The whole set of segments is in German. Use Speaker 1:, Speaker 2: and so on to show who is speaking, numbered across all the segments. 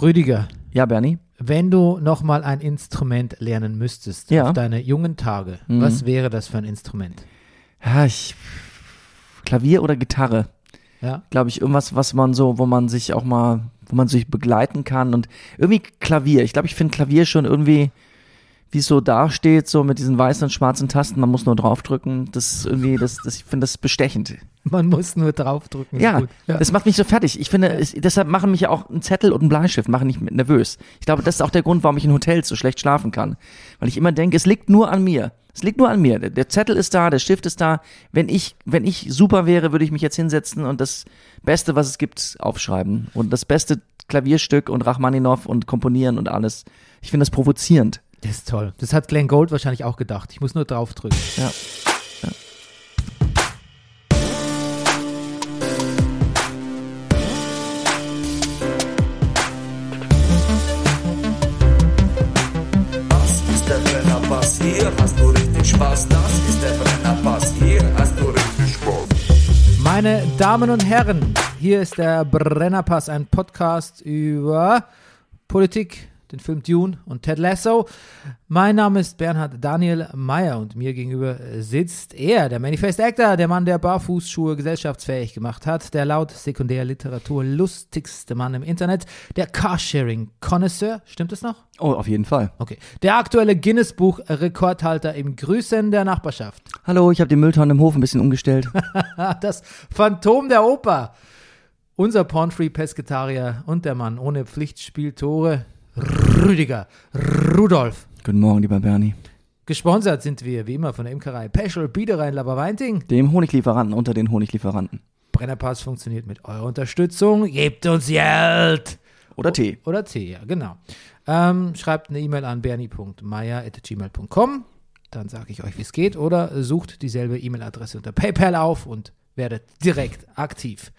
Speaker 1: Rüdiger,
Speaker 2: Ja, Bernie?
Speaker 1: wenn du nochmal ein Instrument lernen müsstest
Speaker 2: Ja.
Speaker 1: auf deine jungen Tage,
Speaker 2: Mhm.
Speaker 1: was wäre das für ein Instrument?
Speaker 2: Ja, ich, Klavier oder Gitarre?
Speaker 1: Ja,
Speaker 2: glaube ich, irgendwas, was man so, wo man sich auch mal, wo man sich begleiten kann und irgendwie Klavier. Ich glaube, ich finde Klavier schon irgendwie, wie es so dasteht, so mit diesen weißen und schwarzen Tasten, man muss nur draufdrücken. Das ist irgendwie, das, das, ich finde das bestechend.
Speaker 1: man muss nur draufdrücken. ist
Speaker 2: Ja,
Speaker 1: gut. ja.
Speaker 2: das macht mich so fertig. Ich finde, es, deshalb machen mich ja auch ein Zettel und ein Bleistift, machen mich nervös. Ich glaube, das ist auch der Grund, warum ich in Hotels so schlecht schlafen kann. Weil ich immer denke, es liegt nur an mir. Es liegt nur an mir. Der, der Zettel ist da, der Stift ist da. Wenn ich, wenn ich super wäre, würde ich mich jetzt hinsetzen und das Beste, was es gibt, aufschreiben. Und das beste Klavierstück und Rachmaninow und komponieren und alles. Ich finde das provozierend.
Speaker 1: das ist toll. Das hat Glenn Gold wahrscheinlich auch gedacht. Ich muss nur draufdrücken.
Speaker 2: Ja.
Speaker 3: Das ist der Brennerpass, hier hast du richtig Spaß. Das ist der Brennerpass, hier hast du richtig Spaß.
Speaker 1: Meine Damen und Herren, hier ist der Brennerpass, ein Podcast über Politik, den Film Dune und Ted Lasso. Mein Name ist Bernhard Daniel Meyer und mir gegenüber sitzt er, der Manifest Actor, der Mann, der Barfußschuhe gesellschaftsfähig gemacht hat, der laut Sekundärliteratur lustigste Mann im Internet, der Carsharing-Connoisseur, stimmt es noch?
Speaker 2: Oh, auf jeden Fall.
Speaker 1: Okay. Der aktuelle Guinness-Buch-Rekordhalter im Grüßen der Nachbarschaft.
Speaker 2: Hallo, ich habe den Mülltonnen im Hof ein bisschen umgestellt.
Speaker 1: Ah, Das Phantom der Oper. Unser pornfree Pesketarier und der Mann ohne Pflichtspieltore, Rüdiger Rudolf.
Speaker 2: Guten Morgen, lieber Bernie.
Speaker 1: Gesponsert sind wir, wie immer, von der Imkerei Peschel, Biederein, Laberweinting.
Speaker 2: Dem Honiglieferanten unter den Honiglieferanten.
Speaker 1: Brennerpass funktioniert mit eurer Unterstützung. Gebt uns Geld!
Speaker 2: Oder Tee.
Speaker 1: Oder T, ja, genau. Ähm, schreibt eine E-Mail an bernie.meier.gmail.com. Dann sage ich euch, wie es geht. Oder sucht dieselbe E-Mail-Adresse unter PayPal auf und werdet direkt aktiv.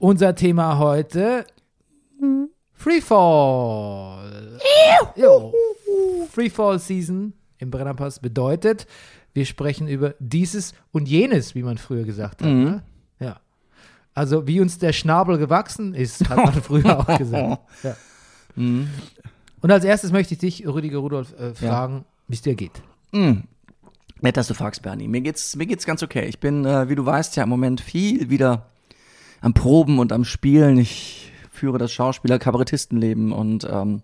Speaker 1: Unser Thema heute: Freefall. Jo. Freefall Season im Brennerpass bedeutet, wir sprechen über dieses und jenes, wie man früher gesagt hat. Ne? Ja. Also, wie uns der Schnabel gewachsen ist, hat man früher auch gesagt. Ja. Und als erstes möchte ich dich, Rüdiger Rudolf, äh, fragen, wie es dir geht.
Speaker 2: Nett, dass du fragst, Bernie. Mir geht's, mir geht's ganz okay. Ich bin, äh, wie du weißt, ja im Moment viel wieder am Proben und am Spielen. Ich führe das Schauspieler-Kabarettistenleben und ähm,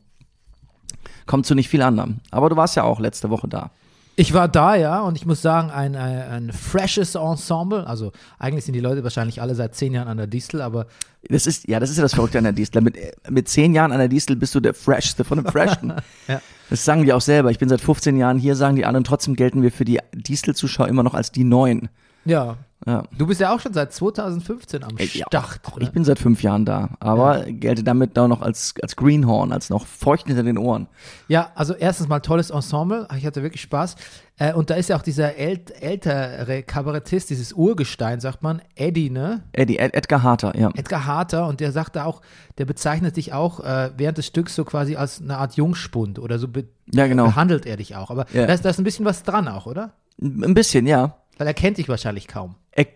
Speaker 2: komme zu nicht viel anderem. Aber du warst ja auch letzte Woche da.
Speaker 1: Ich war da, ja, und ich muss sagen, ein, äh, ein, ein freshes Ensemble. Also, eigentlich sind die Leute wahrscheinlich alle seit zehn Jahren an der Distel, aber
Speaker 2: Das ist, ja, das ist ja das Verrückte an der Distel. Mit, äh, mit zehn Jahren an der Distel bist du der Freshste von dem Freshsten.
Speaker 1: Ja.
Speaker 2: Das sagen die auch selber. Ich bin seit 15 Jahren hier, sagen die alle, und trotzdem gelten wir für die Distel-Zuschauer immer noch als die Neuen.
Speaker 1: ja.
Speaker 2: Ja.
Speaker 1: Du bist ja auch schon seit 2015 am
Speaker 2: Ey, ja,
Speaker 1: Start.
Speaker 2: Auch
Speaker 1: ne?
Speaker 2: ich bin seit fünf Jahren da, aber gelte damit auch noch als, als Greenhorn, als noch feucht hinter den Ohren.
Speaker 1: Ja, also erstens mal tolles Ensemble. Ich hatte wirklich Spaß. Äh, und da ist ja auch dieser ält ältere Kabarettist, dieses Urgestein, sagt man, Eddie, ne?
Speaker 2: Eddie, Ed, Edgar Harter, ja.
Speaker 1: Edgar Harter. Und der sagt da auch, der bezeichnet dich auch äh, während des Stücks so quasi als eine Art Jungspund oder so be
Speaker 2: Ja, genau.
Speaker 1: behandelt er dich auch. Aber
Speaker 2: Ja.
Speaker 1: da, ist, da ist ein bisschen was dran auch, oder?
Speaker 2: Ein bisschen, ja.
Speaker 1: Weil er kennt dich wahrscheinlich kaum.
Speaker 2: Er,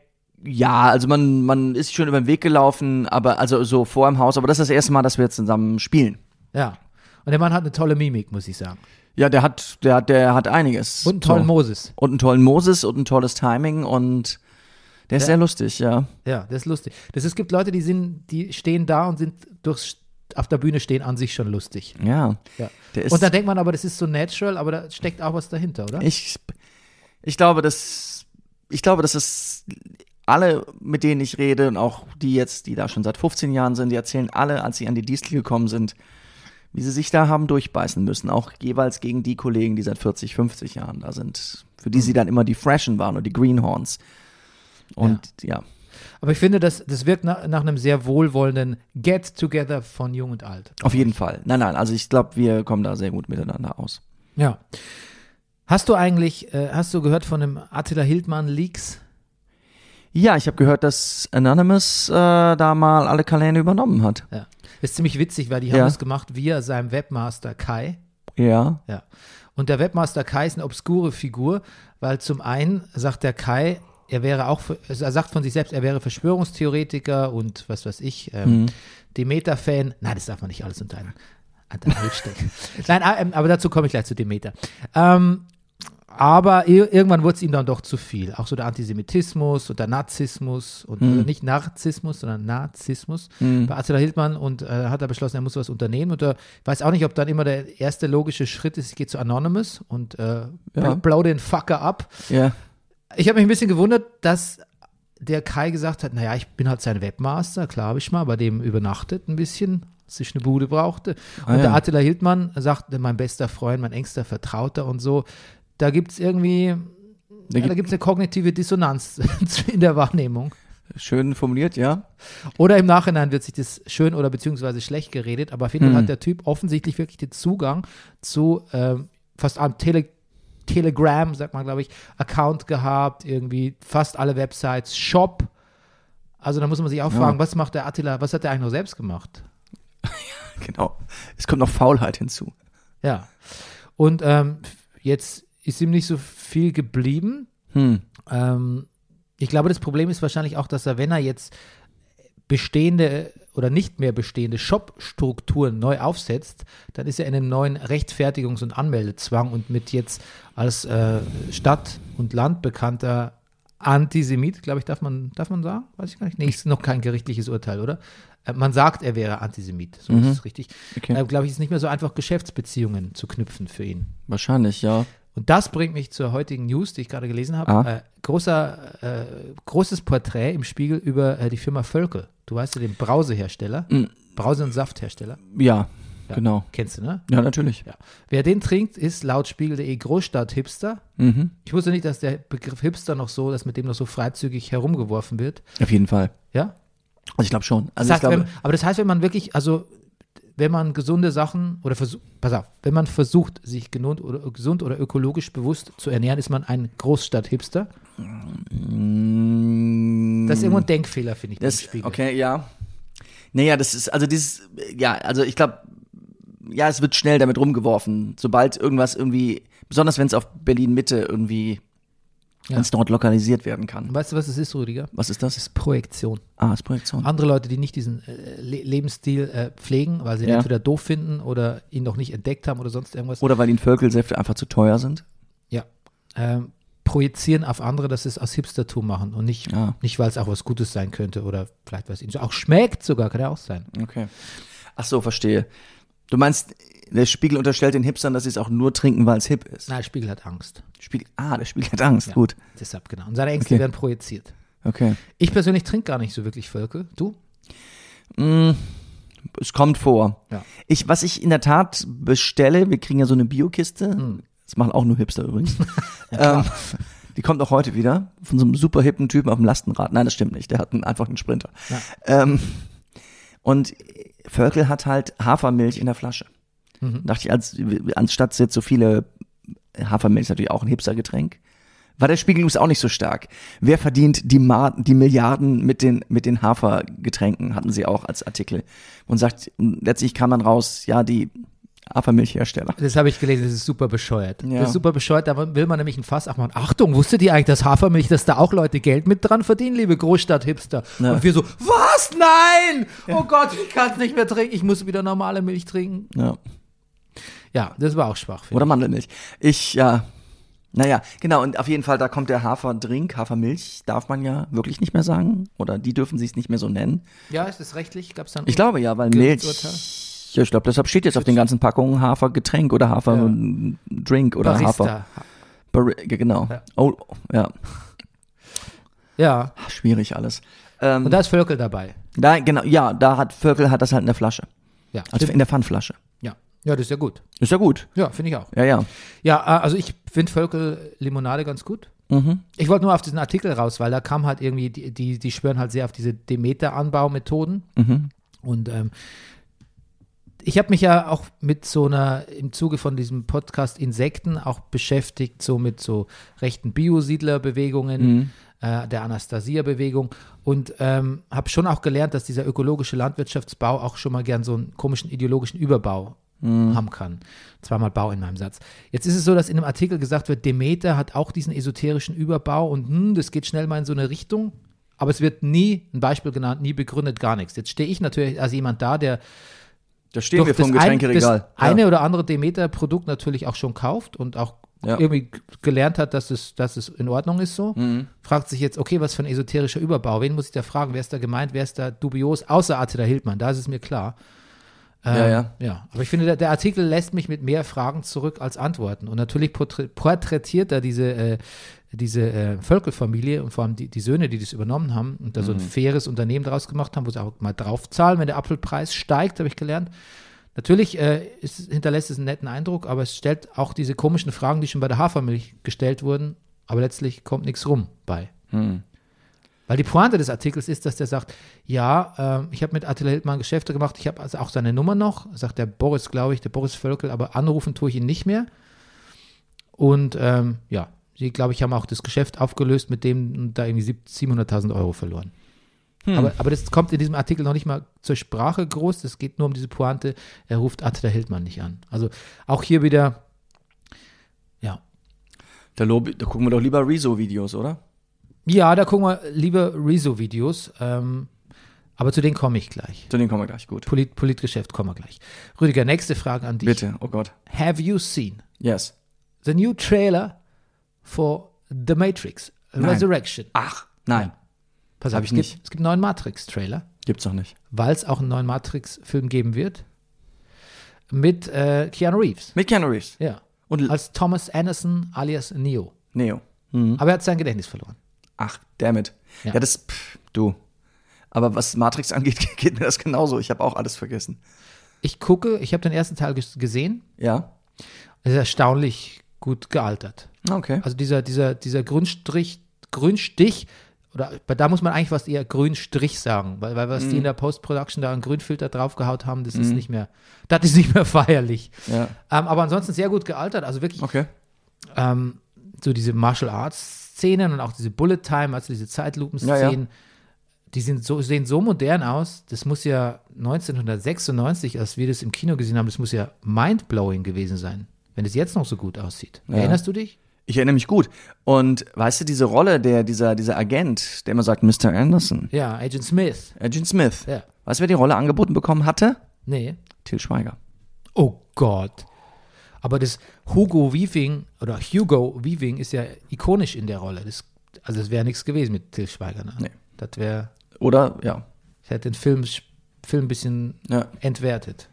Speaker 2: ja, also man, man ist schon über den Weg gelaufen, aber also so vor im Haus, aber das ist das erste Mal, dass wir jetzt zusammen spielen.
Speaker 1: Ja. Und der Mann hat eine tolle Mimik, muss ich sagen.
Speaker 2: Ja, der hat, der, hat- der hat einiges.
Speaker 1: Und einen tollen
Speaker 2: so.
Speaker 1: Moses.
Speaker 2: Und einen tollen Moses und ein tolles Timing und der ist sehr lustig, ja.
Speaker 1: Ja, das ist lustig. Das, es gibt Leute, die sind, die stehen da und sind durchs, auf der Bühne stehen an sich schon lustig.
Speaker 2: Ja.
Speaker 1: Ja.
Speaker 2: Der
Speaker 1: und dann denkt man aber, das ist so natural, aber da steckt auch was dahinter, oder?
Speaker 2: Ich, ich glaube, dass ich glaube, dass es alle, mit denen ich rede und auch die jetzt, die da schon seit 15 Jahren sind, die erzählen alle, als sie an die Distel gekommen sind, wie sie sich da haben durchbeißen müssen, auch jeweils gegen die Kollegen, die seit 40, 50 Jahren da sind, für die sie dann immer die Freshen waren und die Greenhorns. Und ja,
Speaker 1: Aber ich finde, das, das wirkt nach, nach einem sehr wohlwollenden Get-Together von Jung und Alt.
Speaker 2: auf jeden Fall. Nein, nein, also ich glaube, wir kommen da sehr gut miteinander aus.
Speaker 1: Ja. Hast du eigentlich, äh, hast du gehört von dem Attila Hildmann Leaks?
Speaker 2: Ja, ich habe gehört, dass Anonymous äh, da mal alle Kalender übernommen hat.
Speaker 1: Ja. Ist ziemlich witzig, weil die haben
Speaker 2: Ja.
Speaker 1: das gemacht via seinem Webmaster Kai.
Speaker 2: Ja.
Speaker 1: Ja. Und der Webmaster Kai ist eine obskure Figur, weil zum einen sagt der Kai, er wäre auch, für- also er sagt von sich selbst, er wäre Verschwörungstheoretiker und was weiß ich, ähm, Demeter-Fan. Nein, das darf man nicht alles unter einen, unter einen Hut stecken. Nein, ah, ähm, aber dazu komme ich gleich zu Demeter. Ähm, aber ir- irgendwann wurde es ihm dann doch zu viel. Auch so der Antisemitismus und der Nazismus und also nicht Narzissmus, sondern Nazismus bei Attila Hildmann und äh, hat er beschlossen, er muss was unternehmen. Und er weiß auch nicht, ob dann immer der erste logische Schritt ist, ich gehe zu Anonymous und äh, bl- blow den Fucker ab.
Speaker 2: Ja.
Speaker 1: Ich habe mich ein bisschen gewundert, dass der Kai gesagt hat, naja, ich bin halt sein Webmaster, klar habe ich mal bei dem übernachtet ein bisschen, sich eine Bude brauchte. Und
Speaker 2: Ah, ja.
Speaker 1: der Attila Hildmann sagte, mein bester Freund, mein engster Vertrauter und so, da gibt es irgendwie,
Speaker 2: Da
Speaker 1: ja, da
Speaker 2: gibt,
Speaker 1: gibt es eine kognitive Dissonanz in der Wahrnehmung.
Speaker 2: schön formuliert, ja.
Speaker 1: Oder im Nachhinein wird sich das schön oder beziehungsweise schlecht geredet, aber auf jeden Fall hat der Typ offensichtlich wirklich den Zugang zu ähm, fast einem Tele Telegram, sagt man, glaube ich, Account gehabt, irgendwie fast alle Websites, Shop. Also da muss man sich auch fragen, was macht der Attila, was hat der eigentlich noch selbst gemacht?
Speaker 2: Genau. Es kommt noch Faulheit hinzu.
Speaker 1: Ja. Und ähm, jetzt ist ihm nicht so viel geblieben.
Speaker 2: Hm.
Speaker 1: Ähm, ich glaube, das Problem ist wahrscheinlich auch, dass er, wenn er jetzt bestehende oder nicht mehr bestehende Shop-Strukturen neu aufsetzt, dann ist er in einem neuen Rechtfertigungs- und Anmeldezwang und mit jetzt als äh, Stadt- und Land bekannter Antisemit, glaube ich, darf man, darf man sagen? Weiß ich gar nicht. Nee, ist noch kein gerichtliches Urteil, oder? Äh, Man sagt, er wäre Antisemit. So ist es richtig.
Speaker 2: Okay.
Speaker 1: Äh, glaube ich, ist nicht mehr so einfach, Geschäftsbeziehungen zu knüpfen für ihn.
Speaker 2: Wahrscheinlich, ja.
Speaker 1: Und das bringt mich zur heutigen News, die ich gerade gelesen habe.
Speaker 2: Ah.
Speaker 1: Äh, großer, äh, großes Porträt im Spiegel über äh, die Firma Völkel. Du weißt ja, den Brausehersteller,
Speaker 2: Mhm.
Speaker 1: Brause- und Safthersteller.
Speaker 2: Ja,
Speaker 1: Ja,
Speaker 2: genau.
Speaker 1: Kennst du, ne?
Speaker 2: Ja, natürlich.
Speaker 1: Ja. Wer den trinkt, ist laut Spiegel.de Großstadt-Hipster.
Speaker 2: Mhm.
Speaker 1: Ich wusste nicht, dass der Begriff Hipster noch so, dass mit dem noch so freizügig herumgeworfen wird.
Speaker 2: Auf jeden Fall.
Speaker 1: Ja?
Speaker 2: Also ich glaube schon. Also
Speaker 1: das
Speaker 2: ich
Speaker 1: heißt,
Speaker 2: glaube,
Speaker 1: wenn, aber das heißt, wenn man wirklich, also wenn man gesunde Sachen oder versucht, pass auf, wenn man versucht, sich genund oder, gesund oder ökologisch bewusst zu ernähren, ist man ein Großstadt-Hipster. Das ist irgendwo ein Denkfehler, finde ich, im
Speaker 2: mm, Hm. Das,
Speaker 1: Spiegel.
Speaker 2: okay, ja. Naja, das ist, also dieses, ja, also ich glaube, ja, es wird schnell damit rumgeworfen, sobald irgendwas irgendwie, besonders wenn es auf Berlin-Mitte irgendwie,
Speaker 1: Ja.
Speaker 2: wenn es dort lokalisiert werden kann.
Speaker 1: Weißt du, was es ist, Rüdiger?
Speaker 2: Was ist das?
Speaker 1: Projektion.
Speaker 2: Ah, ist Projektion.
Speaker 1: Andere Leute, die nicht diesen äh, Le Lebensstil äh, pflegen, weil sie ihn
Speaker 2: Ja.
Speaker 1: entweder doof finden oder ihn noch nicht entdeckt haben oder sonst irgendwas,
Speaker 2: Oder weil ihnen Völkelsäfte einfach zu teuer sind.
Speaker 1: ja, ähm, projizieren auf andere, dass sie es aus Hipstertum machen und nicht,
Speaker 2: Ja.
Speaker 1: nicht weil es auch was Gutes sein könnte oder vielleicht was ihnen so- auch schmeckt sogar, kann ja auch sein.
Speaker 2: Okay. Ach so, verstehe. Du meinst, der Spiegel unterstellt den Hipstern, dass sie es auch nur trinken, weil es hip ist.
Speaker 1: Nein, Spiegel hat Angst.
Speaker 2: Spiegel, ah, der Spiegel hat Angst.
Speaker 1: Ja,
Speaker 2: Gut.
Speaker 1: Deshalb, genau. Und seine Ängste
Speaker 2: Okay.
Speaker 1: werden projiziert.
Speaker 2: Okay.
Speaker 1: Ich persönlich trinke gar nicht so wirklich Völkel. Du?
Speaker 2: Mm, Es kommt vor.
Speaker 1: Ja.
Speaker 2: Ich, was ich in der Tat bestelle, wir kriegen ja so eine Biokiste.
Speaker 1: Hm.
Speaker 2: Das machen auch nur Hipster übrigens. ähm, die kommt auch heute wieder von so einem super hippen Typen auf dem Lastenrad. Nein, das stimmt nicht. Der hat einen, einfach einen Sprinter. Ähm, und Völkel hat halt Hafermilch in der Flasche. Dachte ich, als, anstatt jetzt so viele äh, Hafermilch ist natürlich auch ein Hipstergetränk. War der Spiegel übrigens auch nicht so stark. Wer verdient die, Ma die Milliarden mit den, mit den Hafergetränken, hatten sie auch als Artikel. Und sagt, letztlich kam dann raus, ja, die Hafermilchhersteller.
Speaker 1: Das habe ich gelesen, das ist super bescheuert.
Speaker 2: Ja.
Speaker 1: Das ist super bescheuert, da will man nämlich ein Fass abmachen. Achtung, wusstet ihr eigentlich, dass Hafermilch, dass da auch Leute Geld mit dran verdienen, liebe Großstadt-Hipster? Und wir so, was? Nein! Oh Gott, ich kann es nicht mehr trinken, ich muss wieder normale Milch trinken.
Speaker 2: Ja.
Speaker 1: Ja, das war auch schwach. finde
Speaker 2: Oder Mandelmilch. Ich, ja. Naja, genau, und auf jeden Fall, da kommt der Haferdrink, Hafermilch, darf man ja wirklich nicht mehr sagen. Oder die dürfen sie es nicht mehr so nennen.
Speaker 1: ich. Ja, ist das rechtlich? Gab es dann
Speaker 2: Ich glaube ja, weil
Speaker 1: Gerichtsurteil?
Speaker 2: Milch. Ja, ich glaube, deshalb steht jetzt auf den ganzen Packungen Hafergetränk oder Haferdrink oder Hafer.
Speaker 1: Barista.
Speaker 2: Barri ja, genau.
Speaker 1: Ja.
Speaker 2: Oh, ja.
Speaker 1: Ja,
Speaker 2: Ach, schwierig alles. Ähm,
Speaker 1: und da ist Völkel dabei.
Speaker 2: da, genau, ja, da hat Völkel hat das halt in der Flasche.
Speaker 1: Ja,
Speaker 2: Also in
Speaker 1: stimmt.
Speaker 2: der Pfandflasche.
Speaker 1: ja. ja das ist ja gut.
Speaker 2: Ist ja gut.
Speaker 1: Ja, finde ich auch.
Speaker 2: Ja, ja.
Speaker 1: Ja, äh, also ich finde Völkel-Limonade ganz gut. Ich wollte nur auf diesen Artikel raus, weil da kam halt irgendwie, die, die, die schwören halt sehr auf diese Demeter-Anbaumethoden. Und ähm, ich habe mich ja auch mit so einer, im Zuge von diesem Podcast Insekten auch beschäftigt, so mit so rechten Biosiedlerbewegungen, äh, der Anastasia-Bewegung und ähm, habe schon auch gelernt, dass dieser ökologische Landwirtschaftsbau auch schon mal gern so einen komischen ideologischen Überbau haben kann. Zweimal Bau in meinem Satz. Jetzt ist es so, dass in einem Artikel gesagt wird, Demeter hat auch diesen esoterischen Überbau und hm, das geht schnell mal in so eine Richtung. Aber es wird nie ein Beispiel genannt, nie begründet, gar nichts. Jetzt stehe ich natürlich als jemand da, der
Speaker 2: Da stehen wir
Speaker 1: doch
Speaker 2: vom
Speaker 1: das ein-
Speaker 2: Getränkeregal.
Speaker 1: das eine oder andere Demeter-Produkt natürlich auch schon kauft und auch
Speaker 2: Ja.
Speaker 1: irgendwie g- gelernt hat, dass es, dass es in Ordnung ist so,
Speaker 2: Mhm.
Speaker 1: fragt sich jetzt, okay, was für ein esoterischer Überbau, wen muss ich da fragen, wer ist da gemeint, wer ist da dubios, außer Attila Hildmann, da ist es mir klar. Ähm,
Speaker 2: Ja, ja.
Speaker 1: ja, aber ich finde, der, der Artikel lässt mich mit mehr Fragen zurück als Antworten. Und natürlich porträ- porträtiert er diese, äh, diese äh, Völkelfamilie und vor allem die, die Söhne, die das übernommen haben und da
Speaker 2: Mhm.
Speaker 1: so ein faires Unternehmen draus gemacht haben, wo sie auch mal draufzahlen, wenn der Apfelpreis steigt, habe ich gelernt. Natürlich äh, ist, hinterlässt es einen netten Eindruck, aber es stellt auch diese komischen Fragen, die schon bei der Hafermilch gestellt wurden, aber letztlich kommt nichts rum bei. Weil die Pointe des Artikels ist, dass der sagt, ja, ähm, ich habe mit Attila Hildmann Geschäfte gemacht, ich habe also auch seine Nummer noch, sagt der Boris, glaube ich, der Boris Völkel, aber anrufen tue ich ihn nicht mehr. Und ähm, ja, sie, glaube ich, haben auch das Geschäft aufgelöst, mit dem da irgendwie sieb- 700.000 Euro verloren. Aber, aber das kommt in diesem Artikel noch nicht mal zur Sprache groß, es geht nur um diese Pointe, er ruft Attila Hildmann nicht an. Also auch hier wieder, ja,
Speaker 2: Da, lob, da gucken wir doch lieber Rezo-Videos, oder?
Speaker 1: Ja, da gucken wir lieber Rezo-Videos. Ähm, aber zu denen komme ich gleich.
Speaker 2: Zu denen kommen wir gleich. Gut.
Speaker 1: Polit Politgeschäft kommen wir gleich. Rüdiger, nächste Frage an dich.
Speaker 2: Bitte, oh Gott.
Speaker 1: Have you seen
Speaker 2: Yes.
Speaker 1: the new trailer for The Matrix Resurrection?
Speaker 2: Ach, nein.
Speaker 1: Pass
Speaker 2: hab
Speaker 1: auf,
Speaker 2: ich
Speaker 1: es gibt,
Speaker 2: nicht.
Speaker 1: Es gibt einen neuen Matrix-Trailer,
Speaker 2: Gibt's doch nicht.
Speaker 1: weil es auch einen neuen Matrix-Film geben wird. Mit äh, Keanu Reeves.
Speaker 2: Mit Keanu Reeves.
Speaker 1: Ja.
Speaker 2: Und L-
Speaker 1: Als Thomas Anderson alias Neo.
Speaker 2: Neo. Mhm.
Speaker 1: Aber er hat sein Gedächtnis verloren.
Speaker 2: Ach, damit. Ja,
Speaker 1: Ja.
Speaker 2: das, pff, du. Aber was Matrix angeht, geht mir das genauso. Ich habe auch alles vergessen.
Speaker 1: Ich gucke, ich habe den ersten Teil ges gesehen.
Speaker 2: Ja? Ah,
Speaker 1: Es ist erstaunlich gut gealtert.
Speaker 2: Okay.
Speaker 1: Also dieser, dieser, dieser Grünstrich, Grünstich, oder bei- da muss man eigentlich was eher Grünstrich sagen, weil, weil was die in
Speaker 2: Mhm.
Speaker 1: der Post-Production da einen Grünfilter draufgehaut haben, das ist nicht mehr, das ist nicht mehr feierlich.
Speaker 2: Ja.
Speaker 1: Ähm, aber ansonsten sehr gut gealtert, also wirklich
Speaker 2: Okay.
Speaker 1: ähm, so diese Martial Arts Szenen und auch diese Bullet Time, also diese Zeitlupenszenen,
Speaker 2: Ja, ja.
Speaker 1: die sind so, sehen so modern aus. Das muss ja 1996, als wir das im Kino gesehen haben, das muss ja mindblowing gewesen sein, wenn es jetzt noch so gut aussieht. Erinnerst du dich?
Speaker 2: Ich erinnere mich gut. Und weißt du, diese Rolle, der, dieser, dieser Agent, der immer sagt, Mr. Anderson,
Speaker 1: Ja, Agent Smith.
Speaker 2: Agent Smith.
Speaker 1: Ja.
Speaker 2: Weißt du, wer die Rolle angeboten bekommen hatte?
Speaker 1: Nee.
Speaker 2: Till Schweiger.
Speaker 1: Oh Gott. Aber das Hugo Weaving oder Hugo Weaving ist ja ikonisch in der Rolle. Das, also es wäre nichts gewesen mit Till Schweiger. Ne?
Speaker 2: Nee.
Speaker 1: Das wäre,
Speaker 2: Oder, ja.
Speaker 1: ich hätte den Film, sch- Film ein bisschen
Speaker 2: ja.
Speaker 1: entwertet.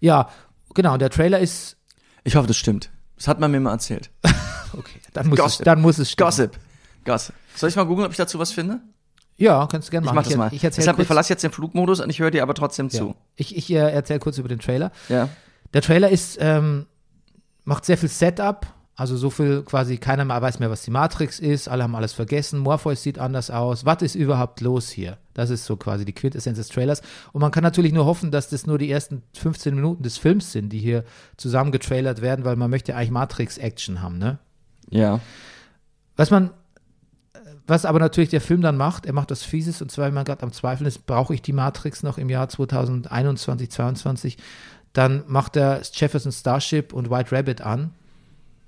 Speaker 1: Ja, genau, der Trailer ist.
Speaker 2: Ich hoffe, das stimmt. Das hat man mir mal erzählt.
Speaker 1: Okay, dann muss
Speaker 2: Gossip.
Speaker 1: es, dann muss es stimmen.
Speaker 2: Gossip. Gossip. Soll ich mal googeln, ob ich dazu was finde?
Speaker 1: Ja, kannst du gerne
Speaker 2: Ich
Speaker 1: machen.
Speaker 2: mach das mal.
Speaker 1: Ich, erzähle
Speaker 2: Deshalb, ich
Speaker 1: kurz,
Speaker 2: verlasse jetzt den Flugmodus und ich höre dir aber trotzdem zu.
Speaker 1: ich, ich äh, erzähl kurz über den Trailer.
Speaker 2: Ja.
Speaker 1: Der Trailer ist, ähm, macht sehr viel Setup, also so viel quasi, keiner mehr weiß mehr, was die Matrix ist, alle haben alles vergessen, Morpheus sieht anders aus, was ist überhaupt los hier? Das ist so quasi die Quintessenz des Trailers. Und man kann natürlich nur hoffen, dass das nur die ersten 15 Minuten des Films sind, die hier zusammen getrailert werden, weil man möchte eigentlich Matrix-Action haben, ne?
Speaker 2: Ja.
Speaker 1: Was man, was aber natürlich der Film dann macht, er macht das Fieses und zwar, wenn man gerade am Zweifeln ist, brauche ich die Matrix noch im Jahr 2021, 22, dann macht er Jefferson Starship und White Rabbit an.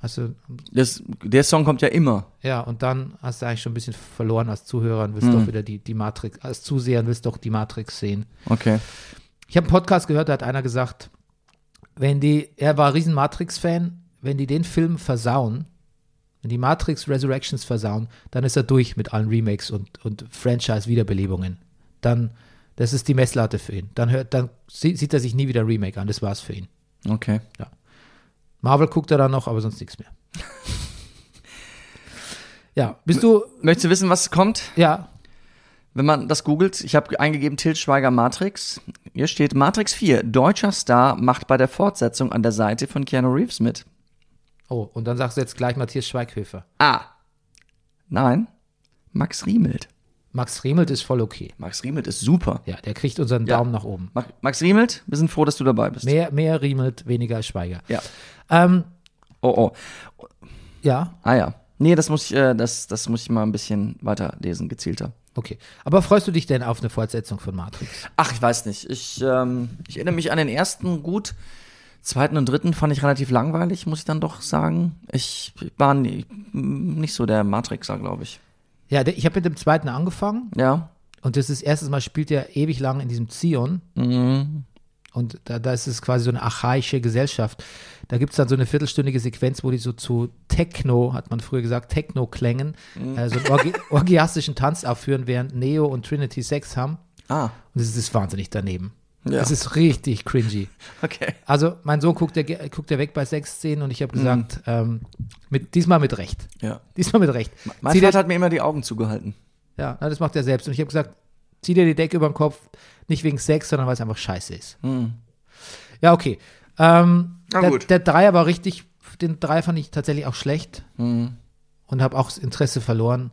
Speaker 1: Also,
Speaker 2: Das, der Song kommt ja immer.
Speaker 1: ja, und dann hast du eigentlich schon ein bisschen verloren als Zuhörer und willst doch wieder die, die Matrix, als Zuseher und willst doch die Matrix sehen.
Speaker 2: Okay.
Speaker 1: Ich habe einen Podcast gehört, da hat einer gesagt, wenn die, er war riesen Matrix-Fan, wenn die den Film versauen, wenn die Matrix Resurrections versauen, dann ist er durch mit allen Remakes und, und Franchise-Wiederbelebungen. Dann, das ist die Messlatte für ihn. Dann hört, dann sie- sieht er sich nie wieder ein Remake an. Das war's für ihn.
Speaker 2: Okay.
Speaker 1: Marvel guckt er dann noch, aber sonst nichts mehr. ja, bist du,
Speaker 2: Möchtest du wissen, was kommt?
Speaker 1: ja,
Speaker 2: Wenn man das googelt, ich habe eingegeben Til Schweiger Matrix. Hier steht Matrix 4. Deutscher Star macht bei der Fortsetzung an der Seite von Keanu Reeves mit.
Speaker 1: oh, und dann sagst du jetzt gleich Matthias Schweighöfer.
Speaker 2: A. Nein. Max Riemelt.
Speaker 1: Max Riemelt ist voll okay.
Speaker 2: Max Riemelt ist super.
Speaker 1: Ja, der kriegt unseren
Speaker 2: Ja.
Speaker 1: Daumen nach oben.
Speaker 2: Ma- Max Riemelt, wir sind froh, dass du dabei bist.
Speaker 1: Mehr, mehr Riemelt, weniger Schweiger.
Speaker 2: Ja.
Speaker 1: Ähm,
Speaker 2: Oh, oh.
Speaker 1: ja,
Speaker 2: Ah ja. Nee, das muss ich, äh, das, das muss ich mal ein bisschen weiterlesen, gezielter.
Speaker 1: okay. Aber freust du dich denn auf eine Fortsetzung von Matrix?
Speaker 2: Ach, ich weiß nicht. Ich, ähm, ich erinnere mich an den ersten gut. Zweiten und dritten fand ich relativ langweilig, muss ich dann doch sagen. Ich war nie, nicht so der Matrixer, glaube ich.
Speaker 1: Ja, der- ich habe mit dem zweiten angefangen
Speaker 2: Ja.
Speaker 1: und das ist erstes Mal spielt er ewig lang in diesem Zion
Speaker 2: Mhm.
Speaker 1: und da, da ist es quasi so eine archaische Gesellschaft. Da gibt es dann so eine viertelstündige Sequenz, wo die so zu Techno, hat man früher gesagt, Techno-Klängen, äh, so einen orgi orgiastischen Tanz aufführen, während Neo und Trinity Sex haben.
Speaker 2: Ah,
Speaker 1: Und es ist wahnsinnig daneben.
Speaker 2: Ja.
Speaker 1: Es ist richtig cringy.
Speaker 2: okay.
Speaker 1: Also mein Sohn guckt der, ge- guckt der weg bei sechs Szenen und ich habe gesagt,
Speaker 2: Mhm.
Speaker 1: ähm, mit, diesmal mit Recht.
Speaker 2: Ja.
Speaker 1: Diesmal mit Recht.
Speaker 2: Mein
Speaker 1: Zieh dir-
Speaker 2: Vater hat mir immer die Augen zugehalten.
Speaker 1: ja, na, das macht er selbst. Und ich habe gesagt, zieh dir die Decke über den Kopf, nicht wegen Sex, sondern weil es einfach scheiße ist. Ja, okay. Ähm,
Speaker 2: Mhm. Na
Speaker 1: der,
Speaker 2: gut.
Speaker 1: der Dreier war richtig, den Dreier fand ich tatsächlich auch schlecht und habe auch das Interesse verloren.